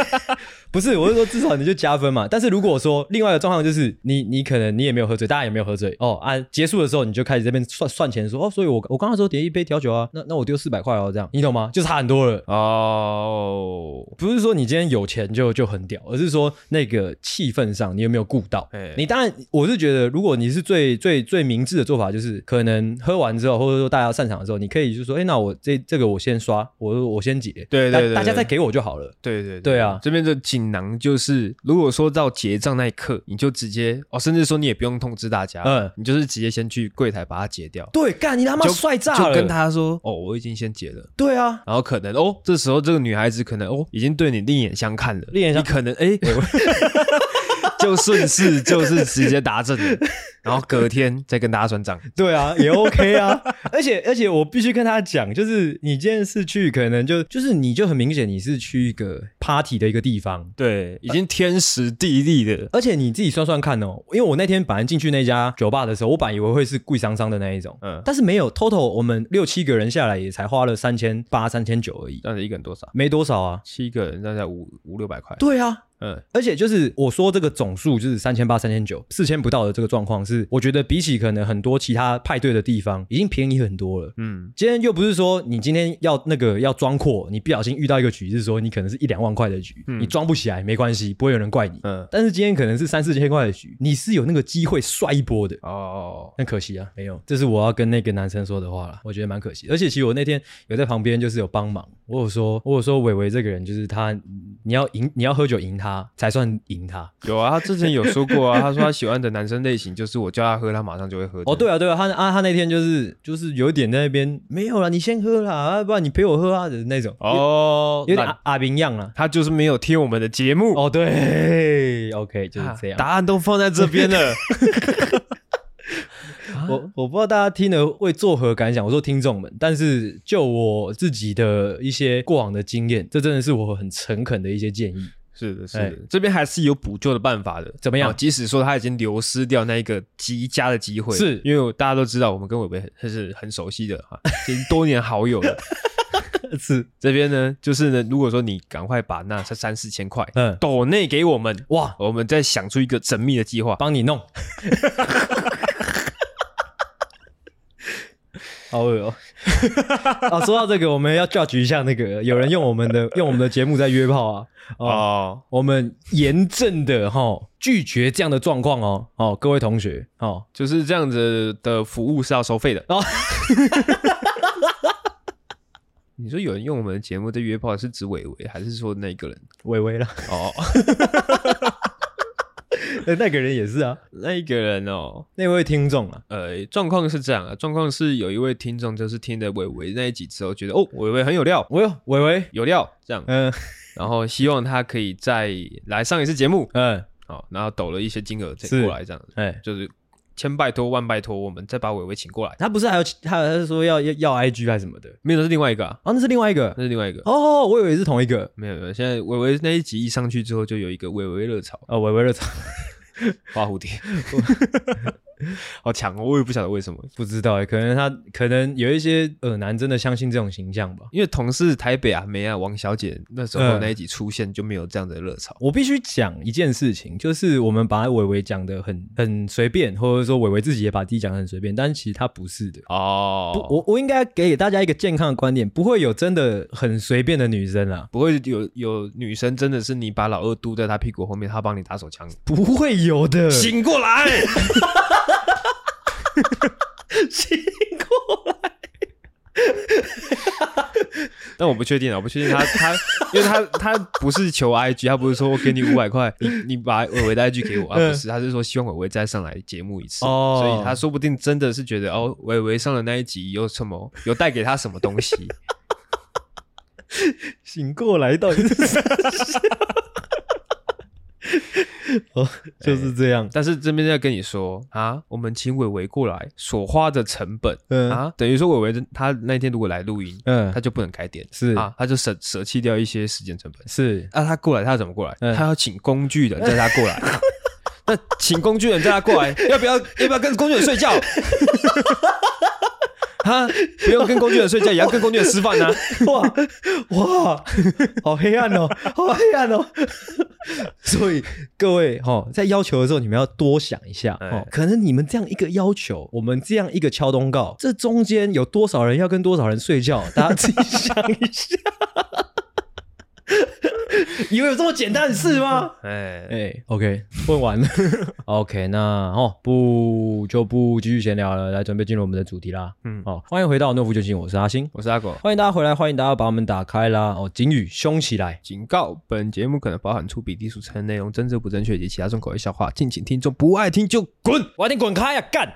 Speaker 2: 不是，我是说至少你就加分嘛。但是如果说另外一个状况就是你你可能你也没有喝醉，大家也没有喝醉哦啊，结束的时候你就开始这边算算钱说哦，所以我我刚刚说点一杯调酒啊，那那我丢四百块哦，这样你懂吗？就差很多了。
Speaker 1: 哦，
Speaker 2: 不是说你今天有钱就就很屌，而是说那个气氛上你有没有顾到？
Speaker 1: 哎
Speaker 2: 你当然，我是觉得，如果你是最最最明智的做法，就是可能喝完之后，或者说大家散场的时候，你可以就说，哎、那我这这个我先刷，我我先结，
Speaker 1: 对对
Speaker 2: 大
Speaker 1: 对对
Speaker 2: 大家再给我就好了。
Speaker 1: 对对
Speaker 2: 对啊
Speaker 1: 这边的锦囊就是，如果说到结账那一刻，你就直接哦，甚至说你也不用通知大家，
Speaker 2: 嗯
Speaker 1: 你就是直接先去柜台把它结掉，
Speaker 2: 对，干你他妈
Speaker 1: 就
Speaker 2: 帅炸
Speaker 1: 就
Speaker 2: 了！
Speaker 1: 跟他说哦，我已经先结了。
Speaker 2: 对啊，
Speaker 1: 然后可能哦，这时候这个女孩子可能哦，已经对你另眼相看了，
Speaker 2: 另眼 相
Speaker 1: 你可能哎，就顺势就是直接打正了，然后隔天再跟大家算账。
Speaker 2: 对啊，也 OK 啊。 而且而且我必须跟他讲，就是你今天是去，可能就就是你就很明显你是去一个 party 的一个地方。
Speaker 1: 对，已经天时地利的，
Speaker 2: 而且你自己算算看哦，因为我那天本来进去那家酒吧的时候，我本来以为会是贵桑桑的那一种，
Speaker 1: 嗯，
Speaker 2: 但是没有，total 我们六七个人下来也才花了三千八、三千九而已，
Speaker 1: 那你一个人多少？
Speaker 2: 没多少啊。
Speaker 1: 七个人，那才五五六百块。
Speaker 2: 对啊，
Speaker 1: 嗯，
Speaker 2: 而且就是我说这个总数就是三千八、三千九、四千不到的这个状况是，我觉得比起可能很多其他派对的地方，已经便宜很多了。
Speaker 1: 嗯，
Speaker 2: 今天又不是说你今天要那个要装阔，你不小心遇到一个局是说你可能是一两万块的局，
Speaker 1: 嗯
Speaker 2: 你装不起来没关系，不会有人怪你。
Speaker 1: 嗯，
Speaker 2: 但是今天可能是三四千块的局，你是有那个机会帅一波的。
Speaker 1: 哦，
Speaker 2: 很可惜啊，没有，这是我要跟那个男生说的话啦，我觉得蛮可惜。而且其实我那天有在旁边，就是有帮忙，我有说，我有说伟伟这个人就是他，你要赢，你要喝酒赢他才算赢他。
Speaker 1: 有啊，他之前有说过啊，他说他喜欢的男生类型就是我叫他喝，他马上就会喝。
Speaker 2: 哦，，对啊，对啊，他啊，他那天就是就是有一点在那边没有啦，你先喝啦，啊、不然你陪我喝啊的那种，
Speaker 1: 哦，
Speaker 2: 有点
Speaker 1: 懒
Speaker 2: 阿阿明样啦。
Speaker 1: 他就是没有听我们的节目，
Speaker 2: 哦，对，OK，就是这样。
Speaker 1: 答案都放在这边 了。
Speaker 2: 我我不知道大家听了会作何感想，我说听众们，但是就我自己的一些过往的经验，这真的是我很诚恳的一些建议。
Speaker 1: 是的，是
Speaker 2: 哎
Speaker 1: 的，这边还是有补救的办法的。
Speaker 2: 怎么样
Speaker 1: 哦即使说他已经流失掉那一个极佳的机会，
Speaker 2: 是
Speaker 1: 因为大家都知道我们跟伟伟很是很熟悉的 哈，已经多年好友了。
Speaker 2: 是，
Speaker 1: 这边呢，就是呢，如果说你赶快把那三三四千块
Speaker 2: 嗯，
Speaker 1: 抖内给我们，
Speaker 2: 哇，
Speaker 1: 我们再想出一个缜密的计划。
Speaker 2: 帮你弄。 好恶 哦！啊，说到这个，我们要 judge 一下那个有人用我们 的用我们的节目在约炮啊！哦，
Speaker 1: 哦，
Speaker 2: 我们严正的哈、拒绝这样的状况哦哦，各位同学哦，
Speaker 1: 就是这样子的服务是要收费的。
Speaker 2: 哦
Speaker 1: 你说有人用我们的节目在约炮，是指伟伟，还是说那个人？
Speaker 2: 微微了，
Speaker 1: 哦，
Speaker 2: 那个人也是啊，
Speaker 1: 那一个人哦，
Speaker 2: 那位听众啊，
Speaker 1: 呃，状况是这样啊，状况是有一位听众就是听了伟伟那一集之后，觉得哦，伟伟很有料，
Speaker 2: 我有微微，
Speaker 1: 有料这样，
Speaker 2: 嗯
Speaker 1: 然后希望他可以再来上一次节目，
Speaker 2: 嗯，
Speaker 1: 哦，然后抖了一些金额再
Speaker 2: 是
Speaker 1: 过来这样，
Speaker 2: 哎，
Speaker 1: 就是千拜托万拜托，我们再把伟伟请过来，
Speaker 2: 他不是还有他还是说要要要 IG 还是什么的？
Speaker 1: 没有那是另外一个、啊，
Speaker 2: 哦，那是另外一个
Speaker 1: 那是另外一个，
Speaker 2: 哦，我以为是同一个，
Speaker 1: 没有没有，现在伟伟那一集一上去之后，就有一个伟伟热潮，
Speaker 2: 哦，微微的，
Speaker 1: 花蝴蝶， 好强哦，我也不晓得为什么。
Speaker 2: 不知道哎，可能他可能有一些耳男真的相信这种形象吧。
Speaker 1: 因为同事台北啊梅啊王小姐那时候
Speaker 2: 嗯
Speaker 1: 那一集出现就没有这样的热潮，
Speaker 2: 我必须讲一件事情，就是我们把伟伟讲的很很随便，或者说伟伟自己也把自己讲的很随便，但其实他不是的。
Speaker 1: 哦，
Speaker 2: 不，我我应该给大家一个健康的观点，不会有真的很随便的女生啊，
Speaker 1: 不会有有女生真的是你把老二嘟在她屁股后面，她帮你打手枪，
Speaker 2: 不会有的。
Speaker 1: 醒过 来， 但我不确定啊，我不确定她她，因为她她不是求 IG，她不是说我给你五百块，你你把伟伟的 IG 给我，啊，不是，她是说希望伟伟再上来节目一次，
Speaker 2: 嗯哦
Speaker 1: 所以她说不定真的是觉得哦，伟伟上了那一集有什么有带给她什么东 西，
Speaker 2: 醒过来到底 是啥？哦，就是这样。
Speaker 1: 但是这边在跟你说啊，我们请伟伟过来所花的成本。
Speaker 2: 嗯
Speaker 1: 啊，等于说伟伟他那天如果来录音，
Speaker 2: 嗯
Speaker 1: 他，就不能开店，
Speaker 2: 是
Speaker 1: 啊，他就舍舍弃掉一些时间成本。
Speaker 2: 是
Speaker 1: 那、他过来，他怎么过来？
Speaker 2: 嗯
Speaker 1: 他要请工具人带他过来。 那请工具人带他过来，要不要？要不要跟工具人睡觉？ 哈，不用跟工具人睡觉，也要跟工具人吃饭啊！
Speaker 2: 哇哇，好黑暗 哦，好黑暗哦。所以各位哈、哦，在要求的时候，你们要多想一下哦
Speaker 1: 哎。
Speaker 2: 可能你们这样一个要求，我们这样一个敲通告，这中间有多少人要跟多少人睡 觉，大家自己想一 下。以为有这么简单的事吗？
Speaker 1: 哎、
Speaker 2: 哎、o k 问完 了。OK，那哦不就不继续闲聊了，来准备进入我们的主题啦。
Speaker 1: 嗯
Speaker 2: 哦，欢迎回到诺夫救星，我是阿星。
Speaker 1: 我是阿狗。
Speaker 2: 欢迎大家回来，欢迎大家把我们打开啦！哦，警语凶起来，
Speaker 1: 警告：本节目可能包含粗鄙、低俗、成人内容、政治不正确以及其他重口味笑话，敬请听众不爱听就滚。
Speaker 2: 晚点滚开呀、干！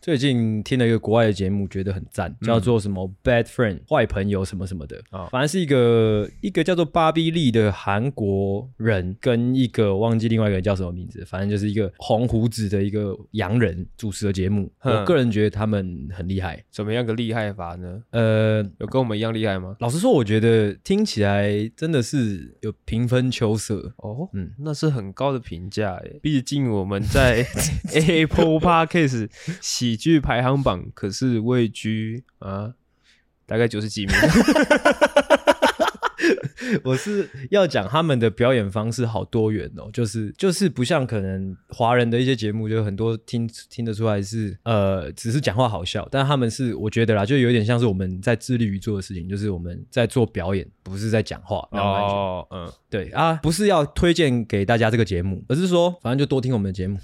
Speaker 2: 最近听了一个国外的节目，觉得很赞，叫做什么 Bad Friend 坏朋友什么什么的
Speaker 1: 嗯哦
Speaker 2: 反正是一个一个叫做巴比利的韩国人，跟一个忘记另外一个人叫什么名字，反正就是一个红胡子的一个洋人主持的节目。
Speaker 1: 哼
Speaker 2: 我个人觉得他们很厉害，
Speaker 1: 怎么样个厉害法呢？
Speaker 2: 呃。
Speaker 1: 有跟我们一样厉害吗？
Speaker 2: 老实说，我觉得听起来真的是有平分秋色，
Speaker 1: 哦，
Speaker 2: 嗯
Speaker 1: 嗯，那是很高的评价诶，毕竟我们 在 Apple Podcast 喜剧排行榜可是位居啊，大概九十几名。
Speaker 2: 我是要讲他们的表演方式好多元哦，就是就是不像可能华人的一些节目，就很多听听得出来是呃，只是讲话好笑，但他们是我觉得啦，就有点像是我们在致力于做的事情，就是我们在做表演，不是在讲话 那种感觉。
Speaker 1: 哦，嗯，
Speaker 2: 对啊，不是要推荐给大家这个节目，而是说反正就多听我们的节目。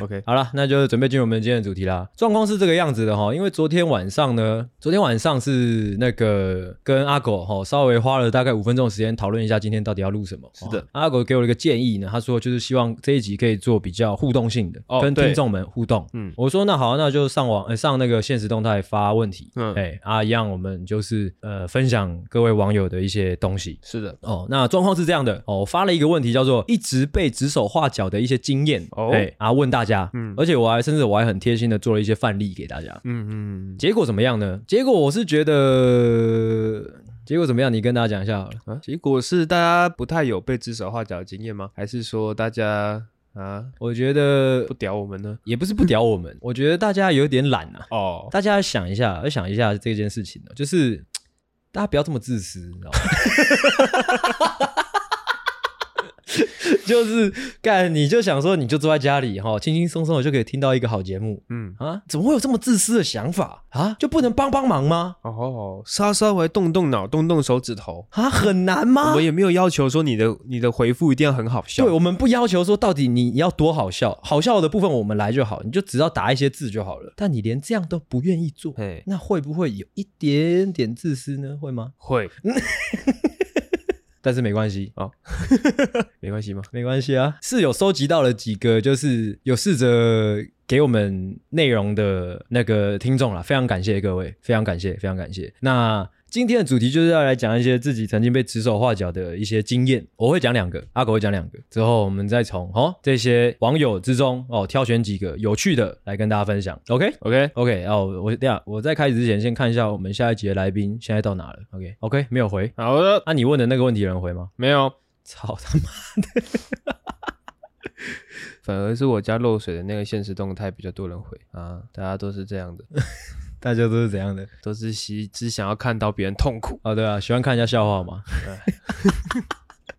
Speaker 1: OK，
Speaker 2: 好了，那就准备进入我们今天的主题啦。状况是这个样子的哈，因为昨天晚上呢，昨天晚上是那个跟阿狗哈稍微花了大概五分钟的时间讨论一下今天到底要录什么。
Speaker 1: 是的
Speaker 2: 哦阿狗给我了一个建议呢，他说就是希望这一集可以做比较互动性的，
Speaker 1: 哦
Speaker 2: 跟
Speaker 1: 对
Speaker 2: 听众们互动。嗯
Speaker 1: 嗯，
Speaker 2: 我说那好，那就上网、呃、上那个现实动态发问题。嗯
Speaker 1: 嗯，
Speaker 2: 哎、啊一样，我们就是呃分享各位网友的一些东西。
Speaker 1: 是的，
Speaker 2: 哦，那状况是这样的哦，我发了一个问题，叫做一直被指手画脚的一些经验
Speaker 1: 哦
Speaker 2: 哎啊问大家，嗯
Speaker 1: 嗯，
Speaker 2: 而且我还甚至我还很贴心的做了一些范例给大家，
Speaker 1: 嗯嗯
Speaker 2: 结果怎么样呢？结果我是觉得结果怎么样？你跟大家讲一下好了。
Speaker 1: 嗯，啊，结果是大家不太有被指手画脚的经验吗？还是说大家啊
Speaker 2: 我觉得
Speaker 1: 不屌我们呢？
Speaker 2: 也不是不屌我们，我觉得大家有点懒啊，
Speaker 1: 哦，
Speaker 2: 大家想一下，要想一下这件事情呢，就是大家不要这么自私，你知道吗？ 就是干，你就想说，你就坐在家里哈，轻轻松松的就可以听到一个好节目
Speaker 1: 嗯，
Speaker 2: 啊？怎么会有这么自私的想法啊？就不能帮帮忙吗？
Speaker 1: 哦，稍稍微动动脑，动动手指头。
Speaker 2: 啊，很难吗
Speaker 1: 我们？也没有要求说你的你的回复一定要很好笑
Speaker 2: 对，，我们不要求说到底你要多好笑，好笑的部分我们来就好，你就只要打一些字就好了。但你连这样都不愿意做，
Speaker 1: 嘿，
Speaker 2: 那会不会有一点点自私呢？会吗？
Speaker 1: 会
Speaker 2: 但是没关系，
Speaker 1: 没关系吗？
Speaker 2: 没关系啊，是有收集到了几个，就是有试着给我们内容的那个听众啦，非常感谢各位，非常感谢，非常感谢。那今天的主题就是要来讲一些自己曾经被指手画脚的一些经验，我会讲两个，阿狗会讲两个，之后我们再从哦这些网友之中哦挑选几个有趣的来跟大家分享，OK？
Speaker 1: OK，
Speaker 2: OK，哦，我等一下我在开始之前先看一下我们下一集的来宾现在到哪了。OK OK，没有回。
Speaker 1: 好的，
Speaker 2: 那、你问的那个问题有人回吗？
Speaker 1: 没有，
Speaker 2: 操他妈！
Speaker 1: 反而是我家漏水的那个现实动态比较多人回啊，大家都是这 样的，
Speaker 2: 大家都是怎样的？
Speaker 1: 都是希只想要看到别人痛苦。
Speaker 2: 哦，对啊，喜欢看一下笑话嘛。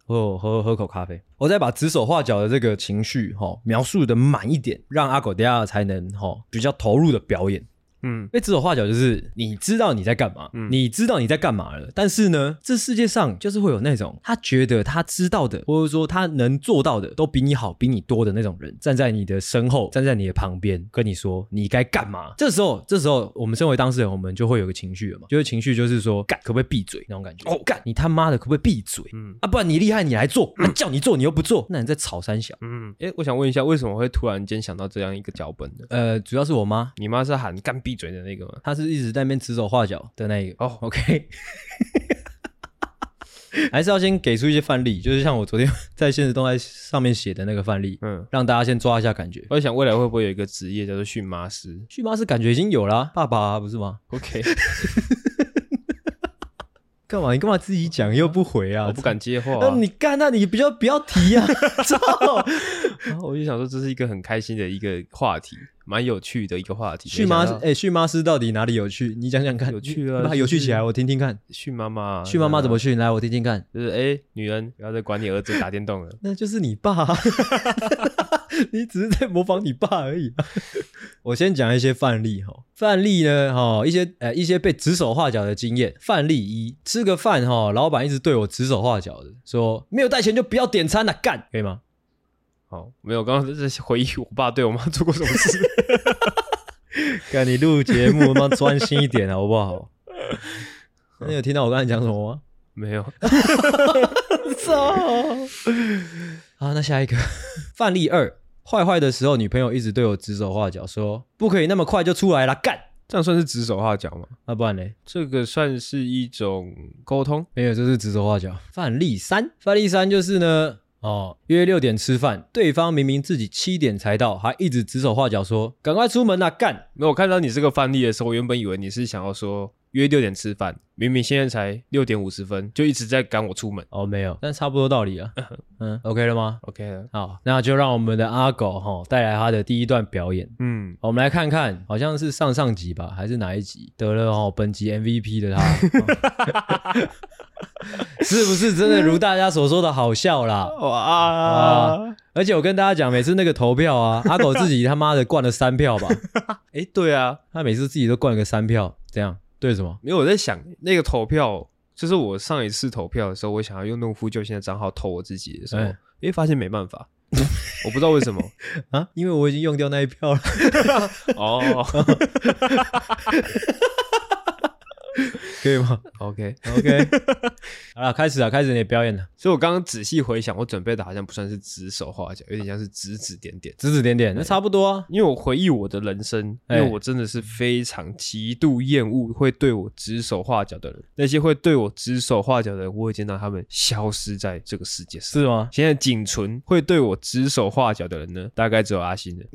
Speaker 2: 喝喝喝口咖啡，我再把指手画脚的这个情绪哈、哦、描述的满一点，让阿狗等一下才能哈、哦、比较投入的表演。
Speaker 1: 嗯，
Speaker 2: 被指手画脚就是你知道你在干嘛，
Speaker 1: 嗯
Speaker 2: 你知道你在干嘛了，但是呢，这世界上就是会有那种他觉得他知道的，或者说他能做到的都比你好、比你多的那种人，站在你的身后，站在你的旁边，跟你说你该干嘛。这时候，这时候我们身为当事人，我们就会有个情绪了嘛，就是情绪就是说，干可不可以闭嘴那种感觉？哦，干你他妈的可不可以闭嘴？
Speaker 1: 嗯
Speaker 2: 啊，不然你厉害你来做，啊叫你做你又不做，那你在吵三小。
Speaker 1: 嗯，哎，我想问一下，为什么会突然间想到这样一个脚本呢？
Speaker 2: 呃，主要是我妈，
Speaker 1: 你妈是喊干闭嘴的那个吗？
Speaker 2: 他是一直在那边指手画脚的那一个。
Speaker 1: 哦
Speaker 2: OK，还是要先给出一些范例，就是像我昨天 在现实动态上面写的那个范例，
Speaker 1: 嗯，
Speaker 2: 让大家先抓一下感觉。
Speaker 1: 我在想未来会不会有一个职业叫做驯马师
Speaker 2: 旭妈是感觉已经有啦、爸爸、不是吗？
Speaker 1: ？OK，
Speaker 2: 干嘛？你干嘛自己讲又不回啊？
Speaker 1: 我不敢接话、
Speaker 2: 那
Speaker 1: 啊。
Speaker 2: 你干，那你比较不要提啊！操！
Speaker 1: 我就想说，这是一个很开心的一个话题，蛮有趣的一个话题。
Speaker 2: 旭妈
Speaker 1: 没
Speaker 2: 是，
Speaker 1: 想到
Speaker 2: 哎、旭妈是到底哪里有趣？你讲讲看，
Speaker 1: 有趣啊
Speaker 2: 你把有趣起来，
Speaker 1: 就是啊
Speaker 2: 我听听看。
Speaker 1: 训妈妈，
Speaker 2: 旭妈妈怎么
Speaker 1: 训？
Speaker 2: 训？来，我听听看。
Speaker 1: 就是哎、女人不要再管你儿子打电动了。
Speaker 2: 那就是你爸、啊， 你只是在模仿你爸而已、啊 我先讲一些范例哈，范例呢哈，一些呃一些被指手画脚的经验。范例一，吃个饭哈，老板一直对我指手画脚的，说没有带钱就不要点餐了、干可以吗？
Speaker 1: 好，哦没有，我刚刚在回忆我爸对我妈做过什么事。
Speaker 2: 干你录节目，妈专心一点好不好？那你有听到我刚才讲什么吗？
Speaker 1: 没有，
Speaker 2: 操！好，那下一个范例二，坏坏的时候，女朋友一直对我指手画脚，说不可以那么快就出来啦，干！
Speaker 1: 这样算是指手画脚吗？
Speaker 2: 啊，不然嘞，
Speaker 1: 这个算是一种沟通。
Speaker 2: 没有，这是指手画脚。范例三，范例三就是呢，哦，约六点吃饭，对方明明自己七点才到，还一直指手画脚说赶快出门啦，干！
Speaker 1: 那我看到你这个范例的时候，我原本以为你是想要说约六点吃饭，明明现在才六点五十分，就一直在赶我出门。
Speaker 2: 哦，没有，但差不多道理 啊。嗯，OK 了吗？
Speaker 1: OK 啊了，
Speaker 2: 好，那就让我们的阿狗哈、带来他的第一段表演。
Speaker 1: 嗯，
Speaker 2: 我们来看看，好像是上上集吧，还是哪一集得了哦本集 MVP 的他， 是不是真的如大家所说的好笑啦？
Speaker 1: 哇，
Speaker 2: 而且我跟大家讲，每次那个投票啊，阿狗自己他妈的灌了三票吧，
Speaker 1: 哎，对啊，
Speaker 2: 他每次自己都灌了个三票，这样对什么？
Speaker 1: 没有我在想那个投票，就是我上一次投票的时候，我想要用怒夫救星的账号投我自己的时候，
Speaker 2: 哎
Speaker 1: 诶，发现没办法，我不知道为什么。
Speaker 2: 啊，因为我已经用掉那一票了。
Speaker 1: 哦
Speaker 2: 可以吗
Speaker 1: ，OK，
Speaker 2: ？OK，好了，开始啊，开始你的表演了，
Speaker 1: 所以我刚刚仔细回想，我准备的好像不算是指手画脚，有点像是指指点点。
Speaker 2: 指指点点，那差不多啊。
Speaker 1: 因为我回忆我的人生，因
Speaker 2: 哎
Speaker 1: 为我真的是非常极度厌恶会对我指手画脚的人。那些会对我指手画脚的人，我已经让他们消失在这个世界上。
Speaker 2: 是吗？
Speaker 1: 现在仅存会对我指手画脚的人呢，大概只有阿星了。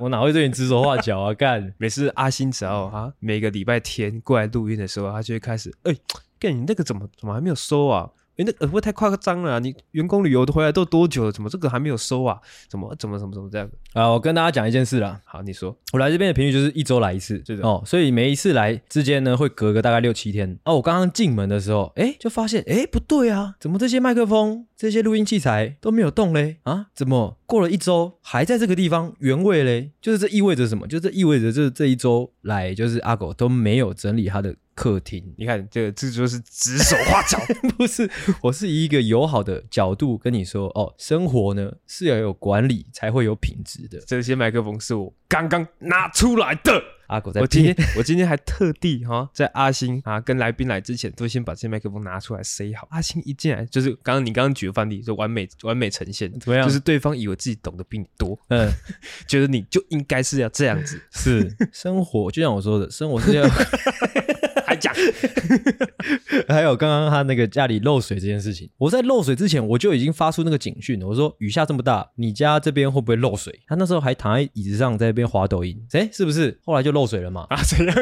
Speaker 2: 我哪会对你指手画脚啊？干，
Speaker 1: 每次阿星只要他每个礼拜天过来录音的时候，他就会开始，哎、干你那个怎么怎么还没有收啊？哎、那个会不会太夸张了啊、你员工旅游都回来都多久了？怎么这个还没有收啊？怎么怎么怎么怎么这样？
Speaker 2: 啊，我跟大家讲一件事啦，
Speaker 1: 好，你说，
Speaker 2: 我来这边的频率就是一周来一次，
Speaker 1: 是的
Speaker 2: 哦，所以每一次来之间呢，会隔个大概六七天。哦，我刚刚进门的时候，哎，就发现，哎，不对啊，怎么这些麦克风、这些录音器材都没有动嘞？啊，怎么过了一周还在这个地方原位嘞？就是这意味着什么？就这意味着这这一周来，就是阿狗都没有整理他的客厅。
Speaker 1: 你看这个这就是指手画脚。
Speaker 2: 不是，我是以一个友好的角度跟你说，哦，生活呢是要有管理才会有品质的。
Speaker 1: 这些麦克风是我刚刚拿出来的。
Speaker 2: 阿狗在
Speaker 1: 我今
Speaker 2: 拼
Speaker 1: 天我今天还特地哈、在阿星啊跟来宾来之前，都先把这些麦克风拿出来塞好。阿星一进来就是刚刚你刚刚举的范例，就完美完美呈现，
Speaker 2: 怎么样
Speaker 1: 就是对方以为自己懂得比你多，
Speaker 2: 嗯。
Speaker 1: 觉得你就应该是要这样 子，
Speaker 2: 是 生活，就像我说的，生活是要。
Speaker 1: 还讲
Speaker 2: 还有刚刚他那个家里漏水这件事情，我在漏水之前我就已经发出那个警讯了，我说雨下这么大，你家这边会不会漏水？他那时候还躺在椅子上在那边滑抖音，哎、是不是？后来就漏水了嘛。
Speaker 1: 啊怎样？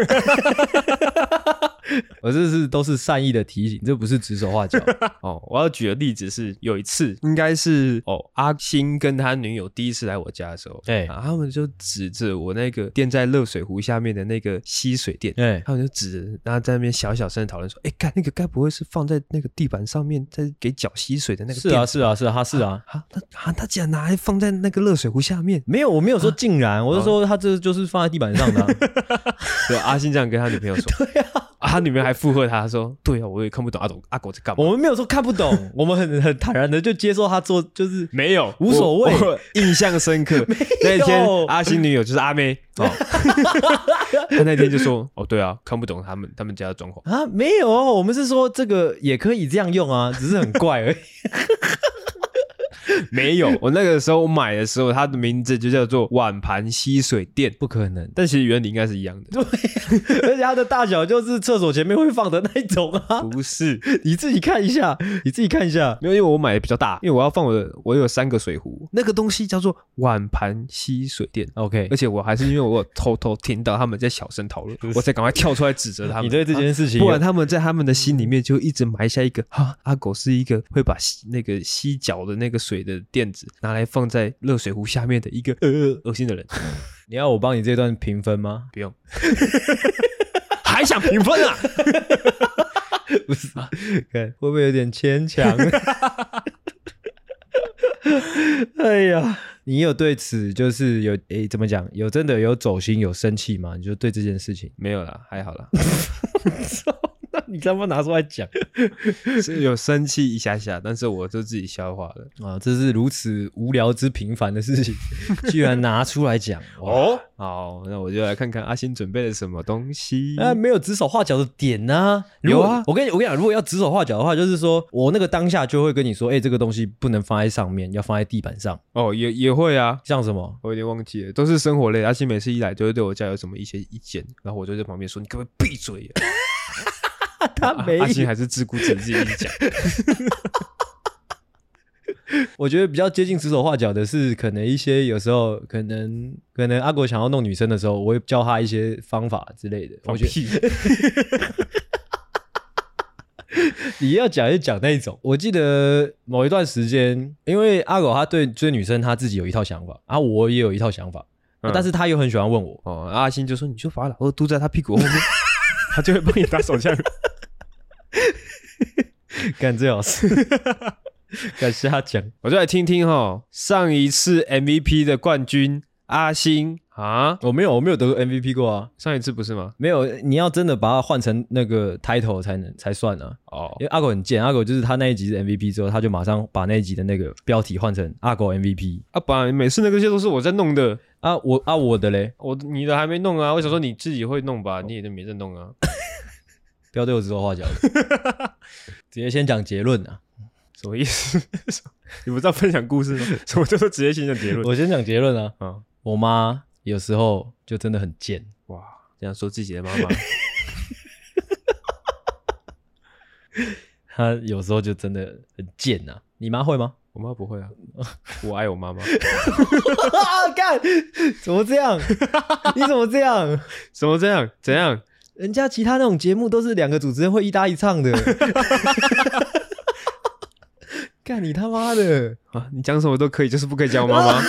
Speaker 2: 我这是都是善意的提醒，这不是指手画 脚。
Speaker 1: 哦，我要举的例子是有一次，应该是哦，阿星跟他女友第一次来我家的时候，
Speaker 2: 哎
Speaker 1: 啊，他们就指着我那个垫在热水壶下面的那个吸水垫，
Speaker 2: 哎、
Speaker 1: 他们就指着，然后在那边小小声地讨论说：“哎，看那个该不会是放在那个地板上面，在给脚吸水的那个
Speaker 2: 是
Speaker 1: 垫
Speaker 2: 啊，
Speaker 1: 子
Speaker 2: 是啊，是啊，他是啊。。
Speaker 1: 啊，他啊，他竟然拿来放在那个热水壶下面
Speaker 2: 没有，我没有说竟然，我是说他这就是放在地板上的 啊、
Speaker 1: 对，啊阿信这样跟他女朋友说， 对啊，他女朋友还附和他说：“对啊，我也看不懂阿董阿狗在干嘛。
Speaker 2: 我们没有说看不懂，我们很很坦然的就接受他做，就是”
Speaker 1: 没有，
Speaker 2: 无所谓
Speaker 1: 我我印象深 刻。那一天，阿星女友就是阿妹哦，他那天就说：“哦，对啊，看不懂他们他们家的装潢。
Speaker 2: 啊，没有，我们是说这个也可以这样用 啊，只是很怪而已。”
Speaker 1: 没有，我那个时候买的时候，它的名字就叫做碗盘吸水垫，
Speaker 2: 不可能，
Speaker 1: 但其实原理应该是一样的。
Speaker 2: 而且它的大小就是厕所前面会放的那一种 啊，
Speaker 1: 不是，
Speaker 2: 你自己看一下，你自己看一下。
Speaker 1: 没有，因为我买的比较大，因为我要放我的，我有三个水壶，那个东西叫做碗盘吸水垫。
Speaker 2: OK，
Speaker 1: 而且我还是因为我有偷偷听到他们在小声讨论，我才赶快跳出来指责他们。
Speaker 2: 你对这件事情，
Speaker 1: 不然他们在他们的心里面就一直埋下一个哈、阿狗是一个会把吸那个吸脚的那个水的垫子拿来放在热水壶下面的一个呃恶心的人。
Speaker 2: 你要我帮你这段评分吗？
Speaker 1: 不用， 还想评分 啊？
Speaker 2: 看会不会有点牵强？ 哎呀，你有对此就是有诶、怎么讲？有真 的有走心有生气吗？你就对这件事情，
Speaker 1: 没有啦，还好啦。
Speaker 2: 你他妈拿出来讲
Speaker 1: 是有生气一下下，但是我就自己消化了。
Speaker 2: 啊！这是如此无聊之平凡的事情，居然拿出来讲哦！
Speaker 1: 哦，好，那我就来看看阿星准备了什么东西。
Speaker 2: 啊，没有指手画脚的点呐、如
Speaker 1: 有
Speaker 2: 果
Speaker 1: 啊
Speaker 2: 我跟你我跟你讲，如果要指手画脚的话，就是说我那个当下就会跟你说，哎、这个东西不能放在上面，要放在地板上，
Speaker 1: 哦，也也会啊，
Speaker 2: 像什么？
Speaker 1: 我有点忘记了，都是生活类。阿星每次一来就会对我家有什么一些意见，然后我就在旁边说：“你可不可以闭嘴 啊
Speaker 2: 他？”
Speaker 1: 阿星还是自顾自己自己讲。
Speaker 2: 我觉得比较接近指手画脚的是，可能一些有时候可能可能阿狗想要弄女生的时候，我会教他一些方法之类的。我觉 得
Speaker 1: 屁，
Speaker 2: 你要讲就讲那一种。我记得某一段时间，因为阿狗他对追女生他自己有一套想法，啊，我也有一套想法，
Speaker 1: 嗯
Speaker 2: 但是他又很喜欢问我。
Speaker 1: 哦，阿星就说：“你就把老二嘟在他屁股后面，他就会帮你打手枪。
Speaker 2: 干最好 是，感谢他讲。”
Speaker 1: 我就来听听哈，上一次 MVP 的冠军阿星啊，
Speaker 2: 我没有，我没有得过 MVP 过啊，
Speaker 1: 上一次不是吗？
Speaker 2: 没有。你要真的把它换成那个 title 才能才算啊，
Speaker 1: 哦
Speaker 2: 因为阿狗很贱，阿狗就是他那一集是 MVP 之后，他就马上把那一集的那个标题换成阿狗 MVP
Speaker 1: 啊，本来每次那个些都是我在弄的，
Speaker 2: 啊，我啊我的嘞，
Speaker 1: 我你的还没弄啊，我想说你自己会弄吧，你也都没在弄啊。
Speaker 2: 不要对我指手 画脚，直接先讲结论啊，
Speaker 1: 什么意思？ 什么你不知道分享故事吗？什么叫做直接形象结论
Speaker 2: 我先讲结论啊，
Speaker 1: 啊？
Speaker 2: 我妈有时候就真的很贱，
Speaker 1: 哇，这样说自己的 妈妈，
Speaker 2: 她有时候就真的很贱呐、啊，你妈 会吗？
Speaker 1: 我妈不会啊，我爱我妈 妈。
Speaker 2: 啊，干，怎么这 样？你怎么这样？
Speaker 1: 什么这样？怎样？
Speaker 2: 人家其他那种节目都是两个主持人会一搭一 唱的，干你他妈的！
Speaker 1: 啊，你讲什么都可以，就是不可以讲我妈 妈。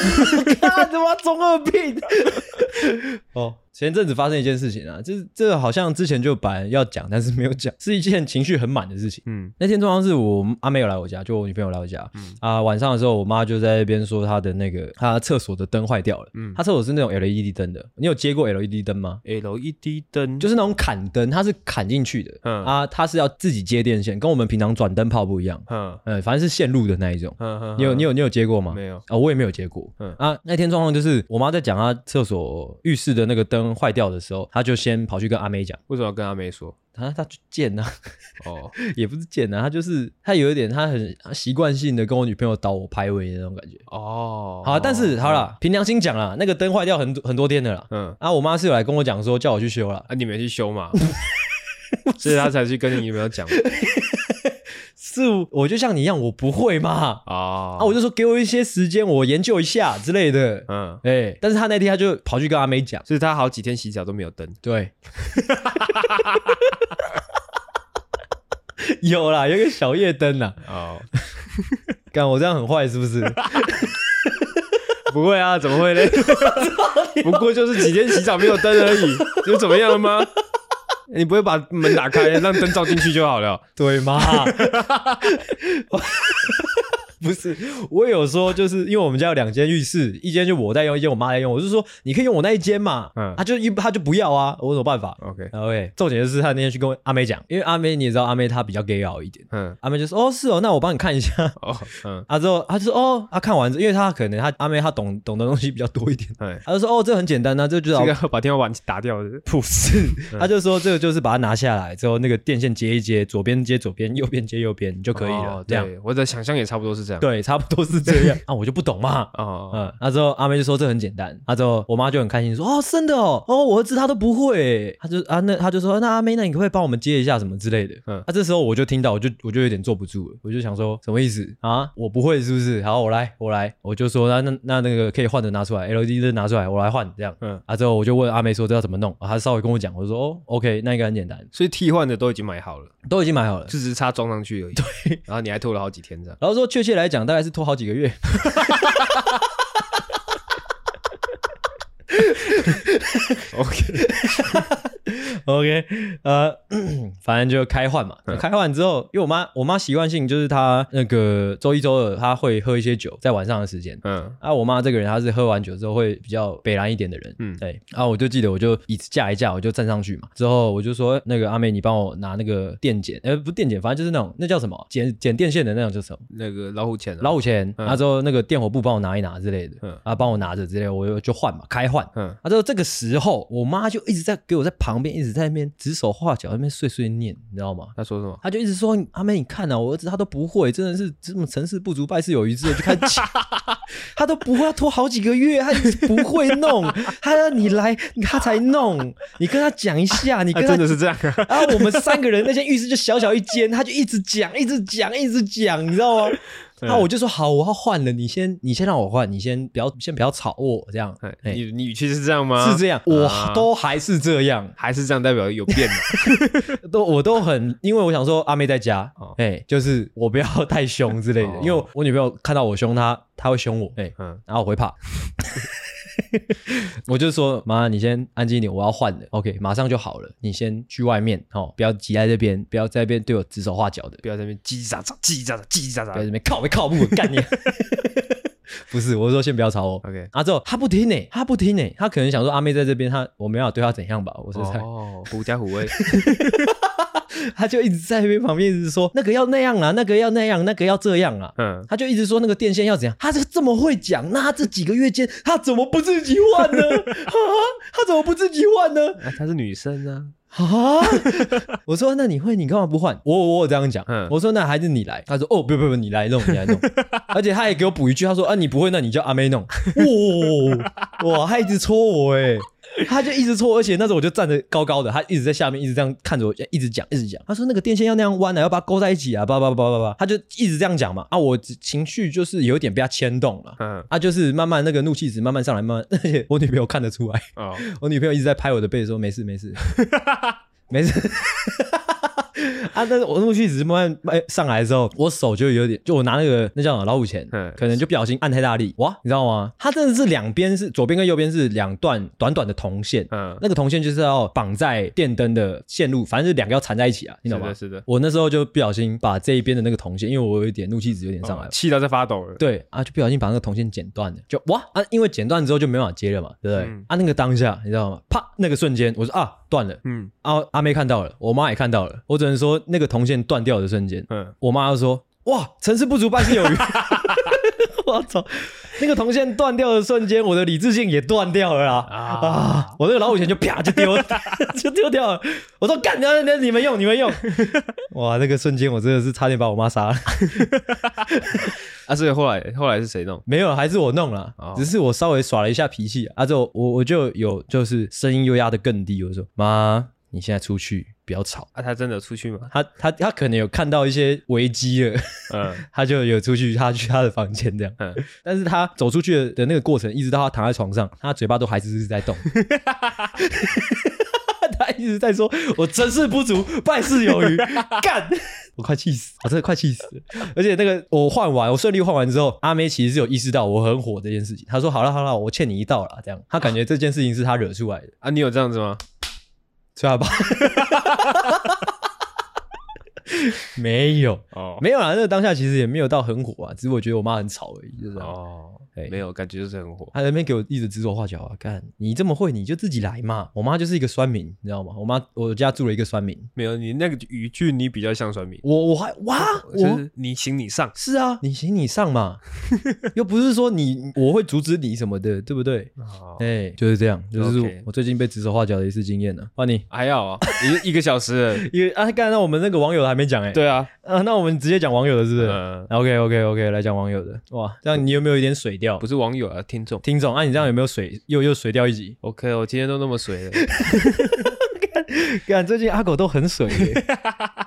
Speaker 2: 他他妈中二病！ 哦，前阵子发生一件事情啊，就是这个好像之前就本来要讲，但是没有讲，是一件情绪很满的事情。
Speaker 1: 嗯
Speaker 2: 那天状况是我阿妹有来我家，就我女朋友来我家，
Speaker 1: 嗯
Speaker 2: 啊，晚上的时候我妈就在那边说她的那个她厕所的灯坏掉了，
Speaker 1: 嗯
Speaker 2: 她厕所是那种 LED 灯的，你有接过 LED 灯吗？
Speaker 1: ，LED E 灯
Speaker 2: 就是是那种砍灯，它是砍进去的，
Speaker 1: 嗯
Speaker 2: 啊，它是要自己接电线，跟我们平常转灯泡不一样，
Speaker 1: 嗯
Speaker 2: 呃，反正是线路的那一种。
Speaker 1: 嗯嗯，
Speaker 2: 你有你
Speaker 1: 有
Speaker 2: 有你有接过吗？
Speaker 1: 没有？
Speaker 2: 啊、我也没有接过。
Speaker 1: 嗯
Speaker 2: 啊，那天状况就是我妈在讲她厕所浴室的那个灯坏掉的时候，她就先跑去跟阿妹讲，啊
Speaker 1: 为什么要跟阿妹说？
Speaker 2: 她她就贱呐、
Speaker 1: 哦，
Speaker 2: 也不是贱呐、她就是她有一点她很她习惯性的跟我女朋友倒我排位的那种感觉。
Speaker 1: 哦，
Speaker 2: 好啊、但是好啦，凭良心讲啦，那个灯坏掉很多很多天的啦。
Speaker 1: 嗯，
Speaker 2: 啊，我妈是有来跟我讲说叫我去修啦，
Speaker 1: 啊，你没去修嘛， 所以他才去跟你女朋友 讲
Speaker 2: 是我就像你一样，我不会嘛。
Speaker 1: 哦，
Speaker 2: 啊，我就说给我一些时间，我研究一下之类的。
Speaker 1: 嗯，
Speaker 2: 哎、但是她那天她就跑去跟阿妹讲，
Speaker 1: 所以他好几天洗澡都没有灯，
Speaker 2: 对， 有啦，有一个小夜灯啦。
Speaker 1: 哦，
Speaker 2: 干，我这样很坏是不是？
Speaker 1: 不会啊，怎么 会嘞？不过就是几天洗澡没有灯而已，又怎么样了吗？你不会把门打开，让灯照进去就好了。
Speaker 2: 对吗？
Speaker 1: 啊
Speaker 2: 不是，我有说，就是因为我们家有两间浴室，一间就我在用，一间我妈在用。我就说，你可以用我那一间嘛，
Speaker 1: 嗯
Speaker 2: 他就一他就不要啊，我有什么办法
Speaker 1: OK，
Speaker 2: ？OK，重点就是他那天去跟我阿妹讲，因为阿妹你也知道，阿妹她比较 gay 佬一点，
Speaker 1: 嗯，
Speaker 2: 阿妹就说，哦是哦，那我帮你看一下。
Speaker 1: 哦，嗯，
Speaker 2: 啊之后他就说，哦，他看完之后，因为他可能他阿妹她懂懂的东西比较多一点，
Speaker 1: 哎，
Speaker 2: 他就说：“哦，这很简单呐、这就
Speaker 1: 这
Speaker 2: 是
Speaker 1: 个把天花板打掉的，嗯
Speaker 2: 不是。”他就说：“这个就是把它拿下来之后，那个电线接一接，左边接左边，右边接右边，你就可以了。
Speaker 1: 哦
Speaker 2: 这样
Speaker 1: 对，我的想象也差不多是这样。，
Speaker 2: 对，差不多是这样。 啊，我就不懂嘛。
Speaker 1: 哦，
Speaker 2: 嗯，那、之后阿妹就说这很简单，那、之后我妈就很开心说哦，真的哦，哦，我儿子他都不会，他就啊那他就说那阿妹，那你可不可以帮我们接一下什么之类的？
Speaker 1: 嗯
Speaker 2: 嗯，那、这时候我就听到，我就我就有点坐不住了，我就想说什么意思啊？我不会是不是？好，我来我来，我就说那那那那个可以换的拿出来，LED 灯拿出来，我来换这样。
Speaker 1: 嗯，
Speaker 2: 啊，之后我就问阿妹说这要怎么弄，啊、她稍微跟我讲，我就说哦，OK，那应该很简单，
Speaker 1: 所以替换的都已经买好了，
Speaker 2: 都已经买好了
Speaker 1: 就。只是差装上去而已。对，然后你还拖了好几天 这样。
Speaker 2: 然后说确切来讲，大概是拖好几个月。
Speaker 1: OK，
Speaker 2: OK，呃， 反正就开换嘛。
Speaker 1: 嗯
Speaker 2: 开换之后，因为我妈我妈习惯性就是她那个周一周二她会喝一些酒，在晚上的时间。
Speaker 1: 嗯
Speaker 2: 啊，我妈这个人她是喝完酒之后会比较北蓝一点的人，
Speaker 1: 嗯
Speaker 2: 嗯，对。啊，我就记得我就椅子架一架，我就站上去嘛，之后我就说那个阿妹，你帮我拿那个电剪，呃，不是电剪，反正就是那种那叫什么剪剪电线的那种，叫什么？
Speaker 1: 那个老虎钳啊，
Speaker 2: 老虎钳，
Speaker 1: 嗯
Speaker 2: 啊之后那个电火布帮我拿一拿之类的，
Speaker 1: 嗯
Speaker 2: 啊帮我拿着之类的，我就就换嘛，开换。
Speaker 1: 嗯
Speaker 2: 啊之后这个时候，我妈就一直在给我在旁边一直在那边指手画脚，在那边碎碎念，你知道吗？
Speaker 1: 他说什么？
Speaker 2: 她就一直说：“阿妹，你看啊，我儿子他都不会，真的是这么成事不足败事有余之。”就开始气， 他都不会，他拖好几个月，他一直不会弄，他让你来他才弄，你跟他讲一下，你
Speaker 1: 啊，
Speaker 2: 跟他
Speaker 1: 真的是这样 啊！
Speaker 2: 然后我们三个人那间浴室就小小一间，他就一直讲，一直讲，一直讲，你知道吗？然后我就说好，我要换了，你先，你先让我换，你先不要，先不要吵我，这样，
Speaker 1: 哎
Speaker 2: 哎
Speaker 1: 你你语气是这样吗？
Speaker 2: 是这
Speaker 1: 样，
Speaker 2: 样，我
Speaker 1: 啊
Speaker 2: 都还是这样，
Speaker 1: 还是这样代表有 变的？
Speaker 2: 都我都很，因为我想说阿妹在家
Speaker 1: 哦，
Speaker 2: 哎，就是我不要太凶之类的
Speaker 1: 哦，
Speaker 2: 因为我女朋友看到我凶她，她会凶我，哎，
Speaker 1: 嗯
Speaker 2: 然后我会 怕。我就说妈，你先安静一点，我要换了。OK，马上就好了，你先去外面哦，不要挤在这边，不要在这边对我指手画脚的。
Speaker 1: 不要在那边叽叽喳喳、叽叽喳喳、叽叽喳
Speaker 2: 不要在
Speaker 1: 喳。
Speaker 2: 那边靠没靠不 干你。不是，我是说先不要吵我。
Speaker 1: OK，
Speaker 2: 啊，之后他不听呢、他不听呢、他可能想说阿妹在这边，他我没有对他怎样吧，我是在，
Speaker 1: 哦，狐假虎威，
Speaker 2: 他就一直在那边旁边一直说那个要那样啊，那个要那样，那个要这样啊，
Speaker 1: 嗯，
Speaker 2: 他就一直说那个电线要怎样，他这这么会讲，那他这几个月间他怎么不自己换呢？ 啊，他怎么不自己换呢？
Speaker 1: 啊，她是女生啊，
Speaker 2: 啊！ 我说那你会，你干嘛不换？我我有这样讲，
Speaker 1: 嗯
Speaker 2: 我说那还是你来。他说哦，不不不，你来弄，你来弄。而且他也给我补一句，他说啊，你不会，那你叫阿妹弄。哇、哇，他一直戳我哎、他就一直戳我，而且那时候我就站得高高的，他一直在下面，一直这样看着我，一直讲，一直讲。他说那个电线要那样弯啊，要把它勾在一起啊，叭叭叭叭叭，他就一直这样讲嘛。啊，我情绪就是有一点被他牵动了。
Speaker 1: 嗯，
Speaker 2: 啊，就是慢慢那个怒气值慢慢上来，慢慢，而 且我女朋友看得出来，
Speaker 1: 哦，
Speaker 2: 我女朋友一直在拍我的背说没事 没事，没事。 啊，但是我陆续只是慢慢哎上来之后，我手就有点，就我拿那个那叫什么老虎钳
Speaker 1: 嗯，
Speaker 2: 可能就不小心按太大力，哇，你知道吗？它真的是两边是左边跟右边是两段短短的铜线，
Speaker 1: 嗯，
Speaker 2: 那个铜线就是要绑在电灯的线路，反正是两个要缠在一起啊，你懂
Speaker 1: 是
Speaker 2: 吗
Speaker 1: 的，？是的，
Speaker 2: 我那时候就不小心把这一边的那个铜线，因为我有一点怒气值有点上来
Speaker 1: 哦
Speaker 2: 了，
Speaker 1: 气到在发抖了。
Speaker 2: 啊对啊，就不小心把那个铜线剪断了，就哇啊，因为剪断之后就没办法接了嘛，对不对？
Speaker 1: 嗯
Speaker 2: 啊，那个当下你知道吗？啪，那个瞬间我说啊断了，
Speaker 1: 嗯
Speaker 2: 啊阿妹看到了，我妈也看到了，我只能说那个铜线断掉的瞬间，
Speaker 1: 嗯，
Speaker 2: 我妈就说哇成事不足败 事有余， 我操，那个铜线断掉的瞬间，我的理智性也断掉了啦。
Speaker 1: 啊，
Speaker 2: 啊！我那个老虎钳就啪就丢， 就丢掉了。我说干，那那你们用，你们 用。哇，那个瞬间我真的是差点把我妈杀了。
Speaker 1: 啊，所以后来后来是谁弄？
Speaker 2: 没有，还是我弄了，
Speaker 1: 哦
Speaker 2: 只是我稍微耍了一下脾气啊，之后我我就有就是声音又压得更低，我说妈，你现在出去不要吵。
Speaker 1: 啊，他真的出去吗？
Speaker 2: 他他他可能有看到一些危机了，
Speaker 1: 嗯
Speaker 2: 他就有出去，他去他的房间这样。
Speaker 1: 嗯，
Speaker 2: 但是他走出去的的那个过程，一直到他躺在床上，他嘴巴都还是是在动。 他一直在说：“我成事不足，败事有余， 干！”我快气死，我真的快气死了。而且那个我换完，我顺利换完之后，阿妹其实是有意识到我很火这件事情。她说：“好了好了，我欠你一道了。”这样，她感觉这件事情是她惹出来的，
Speaker 1: 啊，你有这样子吗？
Speaker 2: 所以她把没有
Speaker 1: 哦，
Speaker 2: 没有啦，那个当下其实也没有到很火啊，只是我觉得我妈很吵而已，就是这样。
Speaker 1: 哦，啊
Speaker 2: 哎
Speaker 1: 没有，感觉就是很火。
Speaker 2: 他在那边给我一直指手画脚啊！干，你这么会，你就自己来嘛。我妈就是一个酸民，你知道吗？我妈我家住了一个酸民，
Speaker 1: 没有，你那个语句你比较像酸民，
Speaker 2: 我我还哇，
Speaker 1: 哦就
Speaker 2: 我
Speaker 1: 是你行你上。
Speaker 2: 是啊，你行你 上嘛，又不是说你我会阻止你什么的，对不对？
Speaker 1: 哦
Speaker 2: 哎、就是这样，就是
Speaker 1: OK
Speaker 2: 我最近被指手画脚的一次经验呢、换你，
Speaker 1: 还好啊，一一个小时 了。
Speaker 2: 因为啊，刚才我们那个网友的还没讲哎、
Speaker 1: 对啊，
Speaker 2: 啊，那我们直接讲网友的，是不是、
Speaker 1: 嗯
Speaker 2: o k OK OK，来讲网友的。哇，这样你有没有一点水掉？
Speaker 1: 不是网友啊，听众。
Speaker 2: 听众，啊，你这样有没有水又又水掉一集？
Speaker 1: OK，我今天都那么水了。
Speaker 2: 干，最近阿狗都很水耶、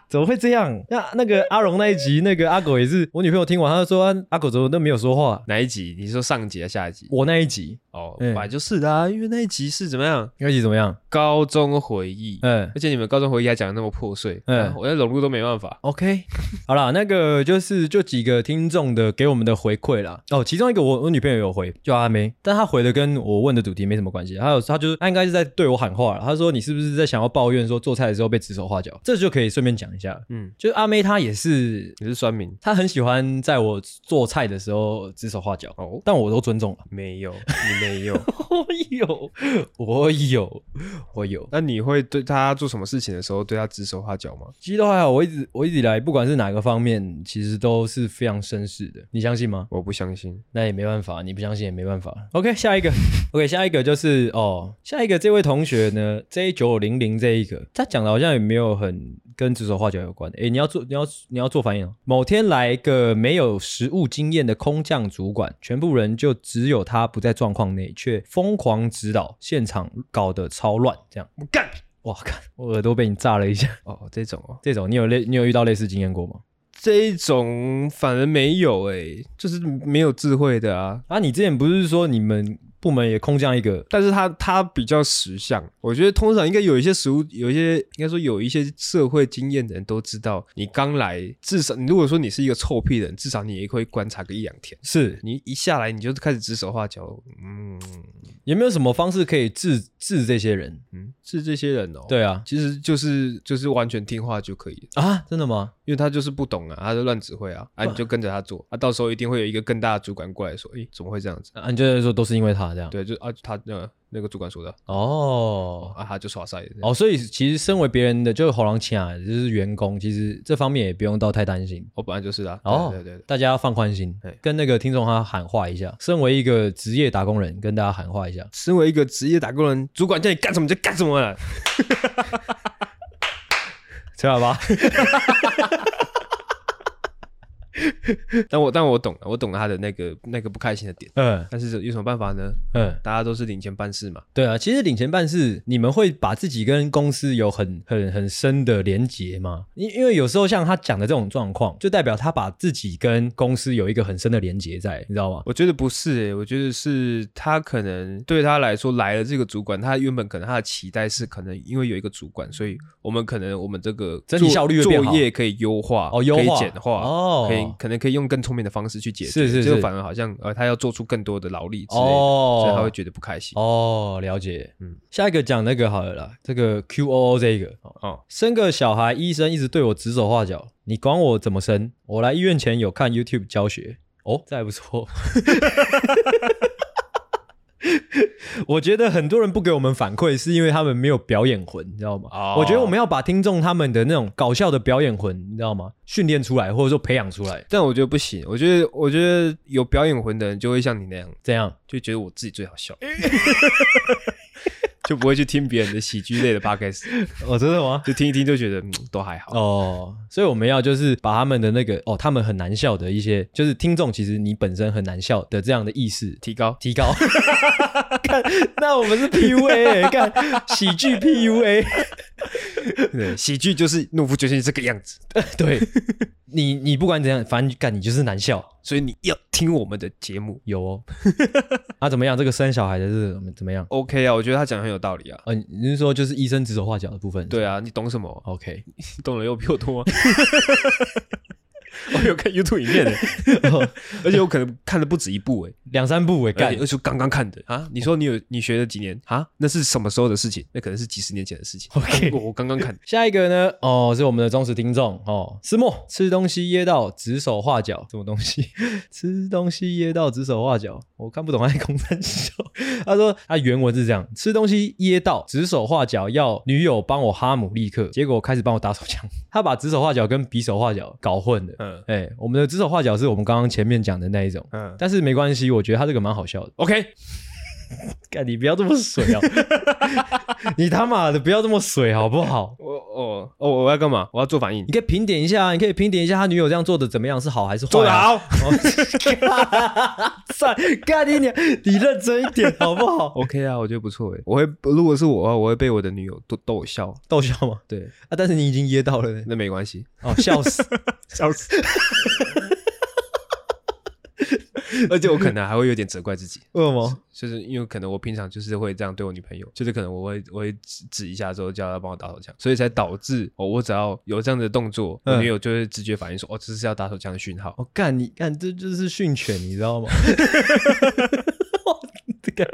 Speaker 2: 怎么会这样？那那个阿荣那一集，那个阿狗也是，我女朋友听完，她就说、啊阿狗怎么都没有说话。
Speaker 1: 哪一集？你说上集还是下一集？
Speaker 2: 我那一集，
Speaker 1: 哦，
Speaker 2: 嗯
Speaker 1: 本来就是的啊，因为那一集是怎么样？
Speaker 2: 那一集怎么样？
Speaker 1: 高中回忆，
Speaker 2: 嗯
Speaker 1: 而且你们高中回忆还讲的那么破碎，
Speaker 2: 嗯
Speaker 1: 嗯，我在融入都没办法。
Speaker 2: ，OK，好 啦，那个就是就几个听众的给我们的回馈啦。哦，其中一个我我女朋友有回，叫阿梅，但她回的跟我问的主题没什么关系。还有她就是她应该是在对我喊话了，她说你是不是在想要抱怨说做菜的时候被指手画脚？这就可以顺便讲一下，
Speaker 1: 嗯，
Speaker 2: 就是阿妹她也是，
Speaker 1: 你是酸民
Speaker 2: 她很喜欢在我做菜的时候指手画脚，
Speaker 1: 哦？
Speaker 2: 但我都尊重了。
Speaker 1: 没 有，你没有。
Speaker 2: 我有，我有，我有。
Speaker 1: 那你会对他做什么事情的时候对他指手画脚吗？
Speaker 2: 其实都还好，我一直我一直以来，不管是哪个方面，其实都是非常绅士的。你相信吗？
Speaker 1: 我不相信。
Speaker 2: 那也没办法，你不相信也没办法。OK，下一 个，OK，下一个就是哦，下一个这位同学呢，J 九零零这一个，他讲的好像也没有很跟指手画脚有关。诶，你要做你要你要做反应哦。某天来一个没有实务经验的空降主管，全部人就只有他不在状况内，却疯狂指导，现场搞得超乱，这样。
Speaker 1: 我干！
Speaker 2: 哇靠！我耳朵被你炸了一 下。
Speaker 1: 哦，这种哦，
Speaker 2: 这种你有类你有遇到类似经验过吗？
Speaker 1: 这一种反而没有诶、就是没有智慧的啊。
Speaker 2: 啊，你之前不是说你们部门也空降一个？
Speaker 1: 但是他他比较识相，我觉得通常应该有一些实务，有一些应该说有一些社会经验的人都知道，你刚来，至少你如果说你是一个臭屁人，至少你也会观察个一两天。
Speaker 2: 是
Speaker 1: 你一下来你就开始指手画脚，嗯
Speaker 2: 有没有什么方式可以治治这些人？
Speaker 1: 嗯，是这些人哦。，
Speaker 2: 对啊，
Speaker 1: 其实就是就是完全听话就可以了，
Speaker 2: 啊，真的吗？
Speaker 1: 因为他就是不懂啊，他就乱指挥啊，啊你就跟着他做，啊到时候一定会有一个更大的主管过来说，诶，怎么会这样子？
Speaker 2: 啊，你就是说都是因为他这样？
Speaker 1: 对，就啊他那那个主管说的，
Speaker 2: 哦
Speaker 1: 啊他就耍帅。哦
Speaker 2: 哦，所以其实身为别人的就是喉咙卡，就是员工，其实这方面也不用到太担心。
Speaker 1: 我本来就是啊，
Speaker 2: 哦
Speaker 1: 对对对，对
Speaker 2: 大家要放宽心
Speaker 1: 对，
Speaker 2: 跟那个听众他喊话一下。身为一个职业打工人，跟大家喊话一 下。
Speaker 1: 身为一个职业打工人，主管叫你干什么你就干什么啊了。
Speaker 2: 知道吧？
Speaker 1: 但我但我懂了，我懂了他的那个那个不开心的点，
Speaker 2: 嗯
Speaker 1: 但是有什么办法呢？
Speaker 2: 嗯，
Speaker 1: 大家都是领钱办事嘛，
Speaker 2: 对啊，其实领钱办事，你们会把自己跟公司有很很很深的连结吗？因因为有时候像他讲的这种状况，就代表他把自己跟公司有一个很深的连结在，你知道吗？
Speaker 1: 我觉得不是诶、我觉得是他可能对他来说来了这个主管，他原本可能他的期待是可能因为有一个主管，所以我们可能我们这个
Speaker 2: 整体
Speaker 1: 作
Speaker 2: 效率会
Speaker 1: 作
Speaker 2: 变好
Speaker 1: 业可以优化，
Speaker 2: 哦优
Speaker 1: 可以
Speaker 2: 化
Speaker 1: 简化，
Speaker 2: 哦
Speaker 1: 可以可能可以用更聪明的方式去解决，
Speaker 2: 是是
Speaker 1: 这个
Speaker 2: 是
Speaker 1: 反而好像呃他要做出更多的劳力之类的，所以他会
Speaker 2: 哦
Speaker 1: 觉得不开心。
Speaker 2: 哦，了解。
Speaker 1: 嗯
Speaker 2: 嗯，下一个讲那个好了啦，这个 QOO 这一个，哦
Speaker 1: 哦
Speaker 2: 生个小孩，医生一直对我指手画脚，你管我怎么生？我来医院前有看 YouTube 教学，哦，这还不错。 我觉得很多人不给我们反馈，是因为他们没有表演魂，你知道吗？
Speaker 1: 哦
Speaker 2: 我觉得我们要把听众他们的那种搞笑的表演魂，你知道吗？训练出来，或者说培养出来，
Speaker 1: 但我觉得不行，我觉得我觉得有表演魂的人就会像你那样，
Speaker 2: 这样
Speaker 1: 就觉得我自己最好 笑，就不会去听别人的喜剧类的 podcast，
Speaker 2: 哦，真的吗？
Speaker 1: 就听一听就觉得、嗯、都还好。
Speaker 2: 哦，所以我们要就是把他们的那个哦，他们很难笑的一些，就是听众其实你本身很难笑的这样的意识
Speaker 1: 提高，
Speaker 2: 提高。 看，那我们是 PUA，欸看、喜剧 PUA。
Speaker 1: 对，喜剧就是怒夫就是这个样子，
Speaker 2: 对你，你不管怎样，反正干你就是难笑。
Speaker 1: 所以你要听我们的节目
Speaker 2: 有哦， 啊，怎么样？这个生小孩的是怎么怎么样？
Speaker 1: ，OK 啊？我觉得他讲得很有道理啊。
Speaker 2: 呃，你是说就是医生指手画脚的部分？
Speaker 1: 对啊，你懂什么？
Speaker 2: ，OK，
Speaker 1: 懂的又比我多 啊。我有看 YouTube 影片的，而且我可能看了不止一部哎、
Speaker 2: 两三步 诶，
Speaker 1: 干
Speaker 2: 干，
Speaker 1: 而且我刚刚看的啊！你说你有你学了几年啊？那是什么时候的事情？那可能是几十年前的 事情。
Speaker 2: OK
Speaker 1: 我我刚刚看，
Speaker 2: 下一个呢？哦，是我们的忠实听众哦，思墨吃东西噎到指手画脚，什么东西？ 吃东西噎到指手画脚，我看不懂他在空三手。 他说他原文是这样：吃东西噎到指手画脚，要女友帮我哈姆立克， 结果开始帮我打手枪， 他把指手画脚跟比手画脚搞混了。
Speaker 1: 嗯
Speaker 2: 哎、我们的指手画脚是我们刚刚前面讲的那一种，
Speaker 1: 嗯
Speaker 2: 但是没关系，我觉得他这个蛮好笑的。
Speaker 1: ，OK，
Speaker 2: 干，你不要这么水哦， 你他妈的不要这么水好不好？
Speaker 1: 我哦哦，我要干嘛？我要做反应
Speaker 2: 你，可以评点一下啊，你可以评点一下他女友这样做的怎么样，是好还是坏、啊？
Speaker 1: 做得好。
Speaker 2: 算， 干你娘！你认真一点好 不好？
Speaker 1: OK 啊，我觉得不错哎。我会如果是我啊，我会被我的女友逗逗笑。
Speaker 2: 逗笑吗？
Speaker 1: 对，
Speaker 2: 啊，但是你已经噎到了呢。
Speaker 1: 那没 关系，
Speaker 2: 哦，笑死！
Speaker 1: 笑死。而且我可能还会有点责怪自己，
Speaker 2: 为什么？
Speaker 1: 就是因为可能我平常就是会这样对我女朋友，就是可能我会我会指指一下之后叫她帮我打手枪，所以才导致哦，我只要有这样的动作，我
Speaker 2: 嗯哦
Speaker 1: 女友就会直觉反应说哦，这是要打手枪的讯号。
Speaker 2: 我干你干，这就是训犬，你知道 吗？ 这个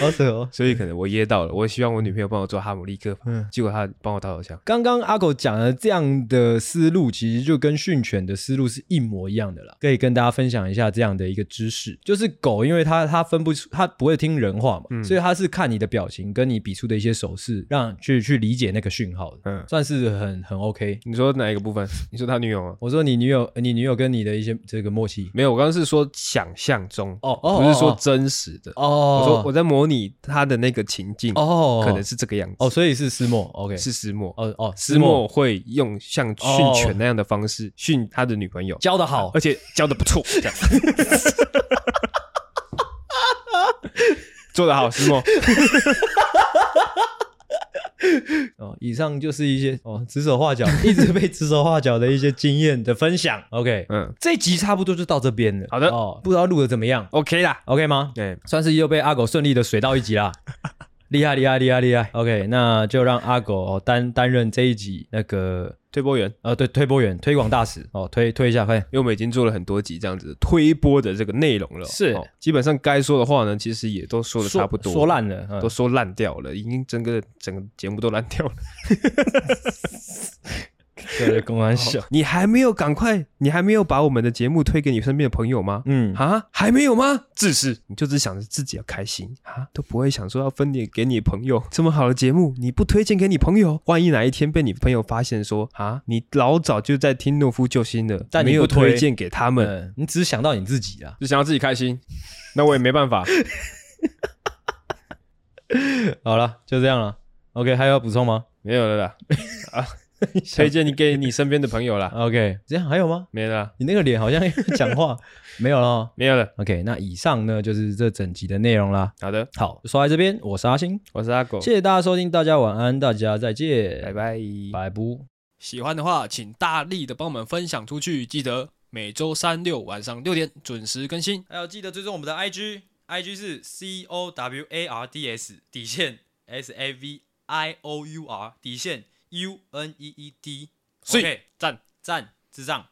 Speaker 2: 好扯哦。
Speaker 1: 所以可能我噎到了，我希望我女朋友帮我做哈姆立克法，
Speaker 2: 嗯
Speaker 1: 结果她帮我打手枪。
Speaker 2: 刚刚阿狗讲的这样的思路，其实就跟训犬的思路是一模一样的啦。可以跟大家分享一下这样的一个知识，就是狗，因为它它分不出，它不会听人话嘛，所以它是看你的表情跟你比出的一些手势，让去去理解那个讯号的，
Speaker 1: 嗯
Speaker 2: 算是很很 OK。
Speaker 1: 你说哪一个部分？你说他女友吗？
Speaker 2: 我说你女友，呃你女友跟你的一些这个默契，
Speaker 1: 没有，我刚刚是说想象中，
Speaker 2: 哦哦，
Speaker 1: 不是说
Speaker 2: 哦
Speaker 1: 真实的。
Speaker 2: 哦，
Speaker 1: 我说我在模拟他的那个情境，
Speaker 2: 哦，
Speaker 1: 可能是这个样子。
Speaker 2: 哦，所以是思默，OK，
Speaker 1: 是石墨。
Speaker 2: 哦哦，
Speaker 1: 石墨会用像训
Speaker 2: 哦
Speaker 1: 犬那样的方式训他的女朋友，啊
Speaker 2: 教的好
Speaker 1: 而，且教的不错，这样 做得好，石墨。
Speaker 2: 哦，以上就是一些哦指手画脚，一直被指手画脚的一些经验的分享。OK，
Speaker 1: 嗯
Speaker 2: 这集差不多就到这边了。
Speaker 1: 好的
Speaker 2: 哦，不知道录的怎么样
Speaker 1: ，OK 啦。哎
Speaker 2: ，OK 吗？
Speaker 1: 对，
Speaker 2: 算是又被阿狗顺利的水到一集啦。厉害厉害厉害厉害！OK，那就让阿狗、哦、担担任这一集那个
Speaker 1: 推波员，
Speaker 2: 呃，对推播员推广大使哦，推推一下，快点！
Speaker 1: 因为我们已经做了很多集这样子推波的这个内容了，
Speaker 2: 是
Speaker 1: 哦基本上该说的话呢，其实也都说的差不多，
Speaker 2: 说说烂了，嗯
Speaker 1: 都说烂掉了，已经整个整个节目都烂掉了。
Speaker 2: 对对，公 安小，
Speaker 1: 你还没有赶快，你还没有把我们的节目推给你身边的朋友吗？
Speaker 2: 嗯，
Speaker 1: 啊，还没有吗？自私，你就只想着自己要开心啊，都不会想说要分点给你朋友。这么好的节目，你不推荐给你朋友，万一哪一天被你朋友发现说啊，你老早就在听懦夫救星了，
Speaker 2: 但你
Speaker 1: 没有
Speaker 2: 不推
Speaker 1: 推荐给他们，
Speaker 2: 嗯，你只想到你自己啊啦。
Speaker 1: 就想要自己开心，那我也 没办法。
Speaker 2: 好了，就这样了。OK，还有要补充吗？
Speaker 1: 没有 了啦，啊，推荐你给你身边的朋友啦，
Speaker 2: OK，这样还有吗？
Speaker 1: 没了啦，
Speaker 2: 你那个脸好像讲话没有了哦。
Speaker 1: 没有了。
Speaker 2: OK，那以上呢就是这整集的内容啦。
Speaker 1: 好的，
Speaker 2: 好，就说到这边，我是阿星，
Speaker 1: 我是阿狗，
Speaker 2: 谢谢大家收听，大家晚安，大家再
Speaker 1: 拜
Speaker 2: 见，
Speaker 1: 拜。
Speaker 2: 拜拜。
Speaker 3: 喜欢的话，请大力的帮我们分享出去。记得每周三六晚上六点准时更新。
Speaker 4: 还有记得追踪我们的 IG，IG 是 C O W A R D S 底线 S A V I O U R 底线 U N E E D。
Speaker 3: 所以
Speaker 4: OK，赞赞智障。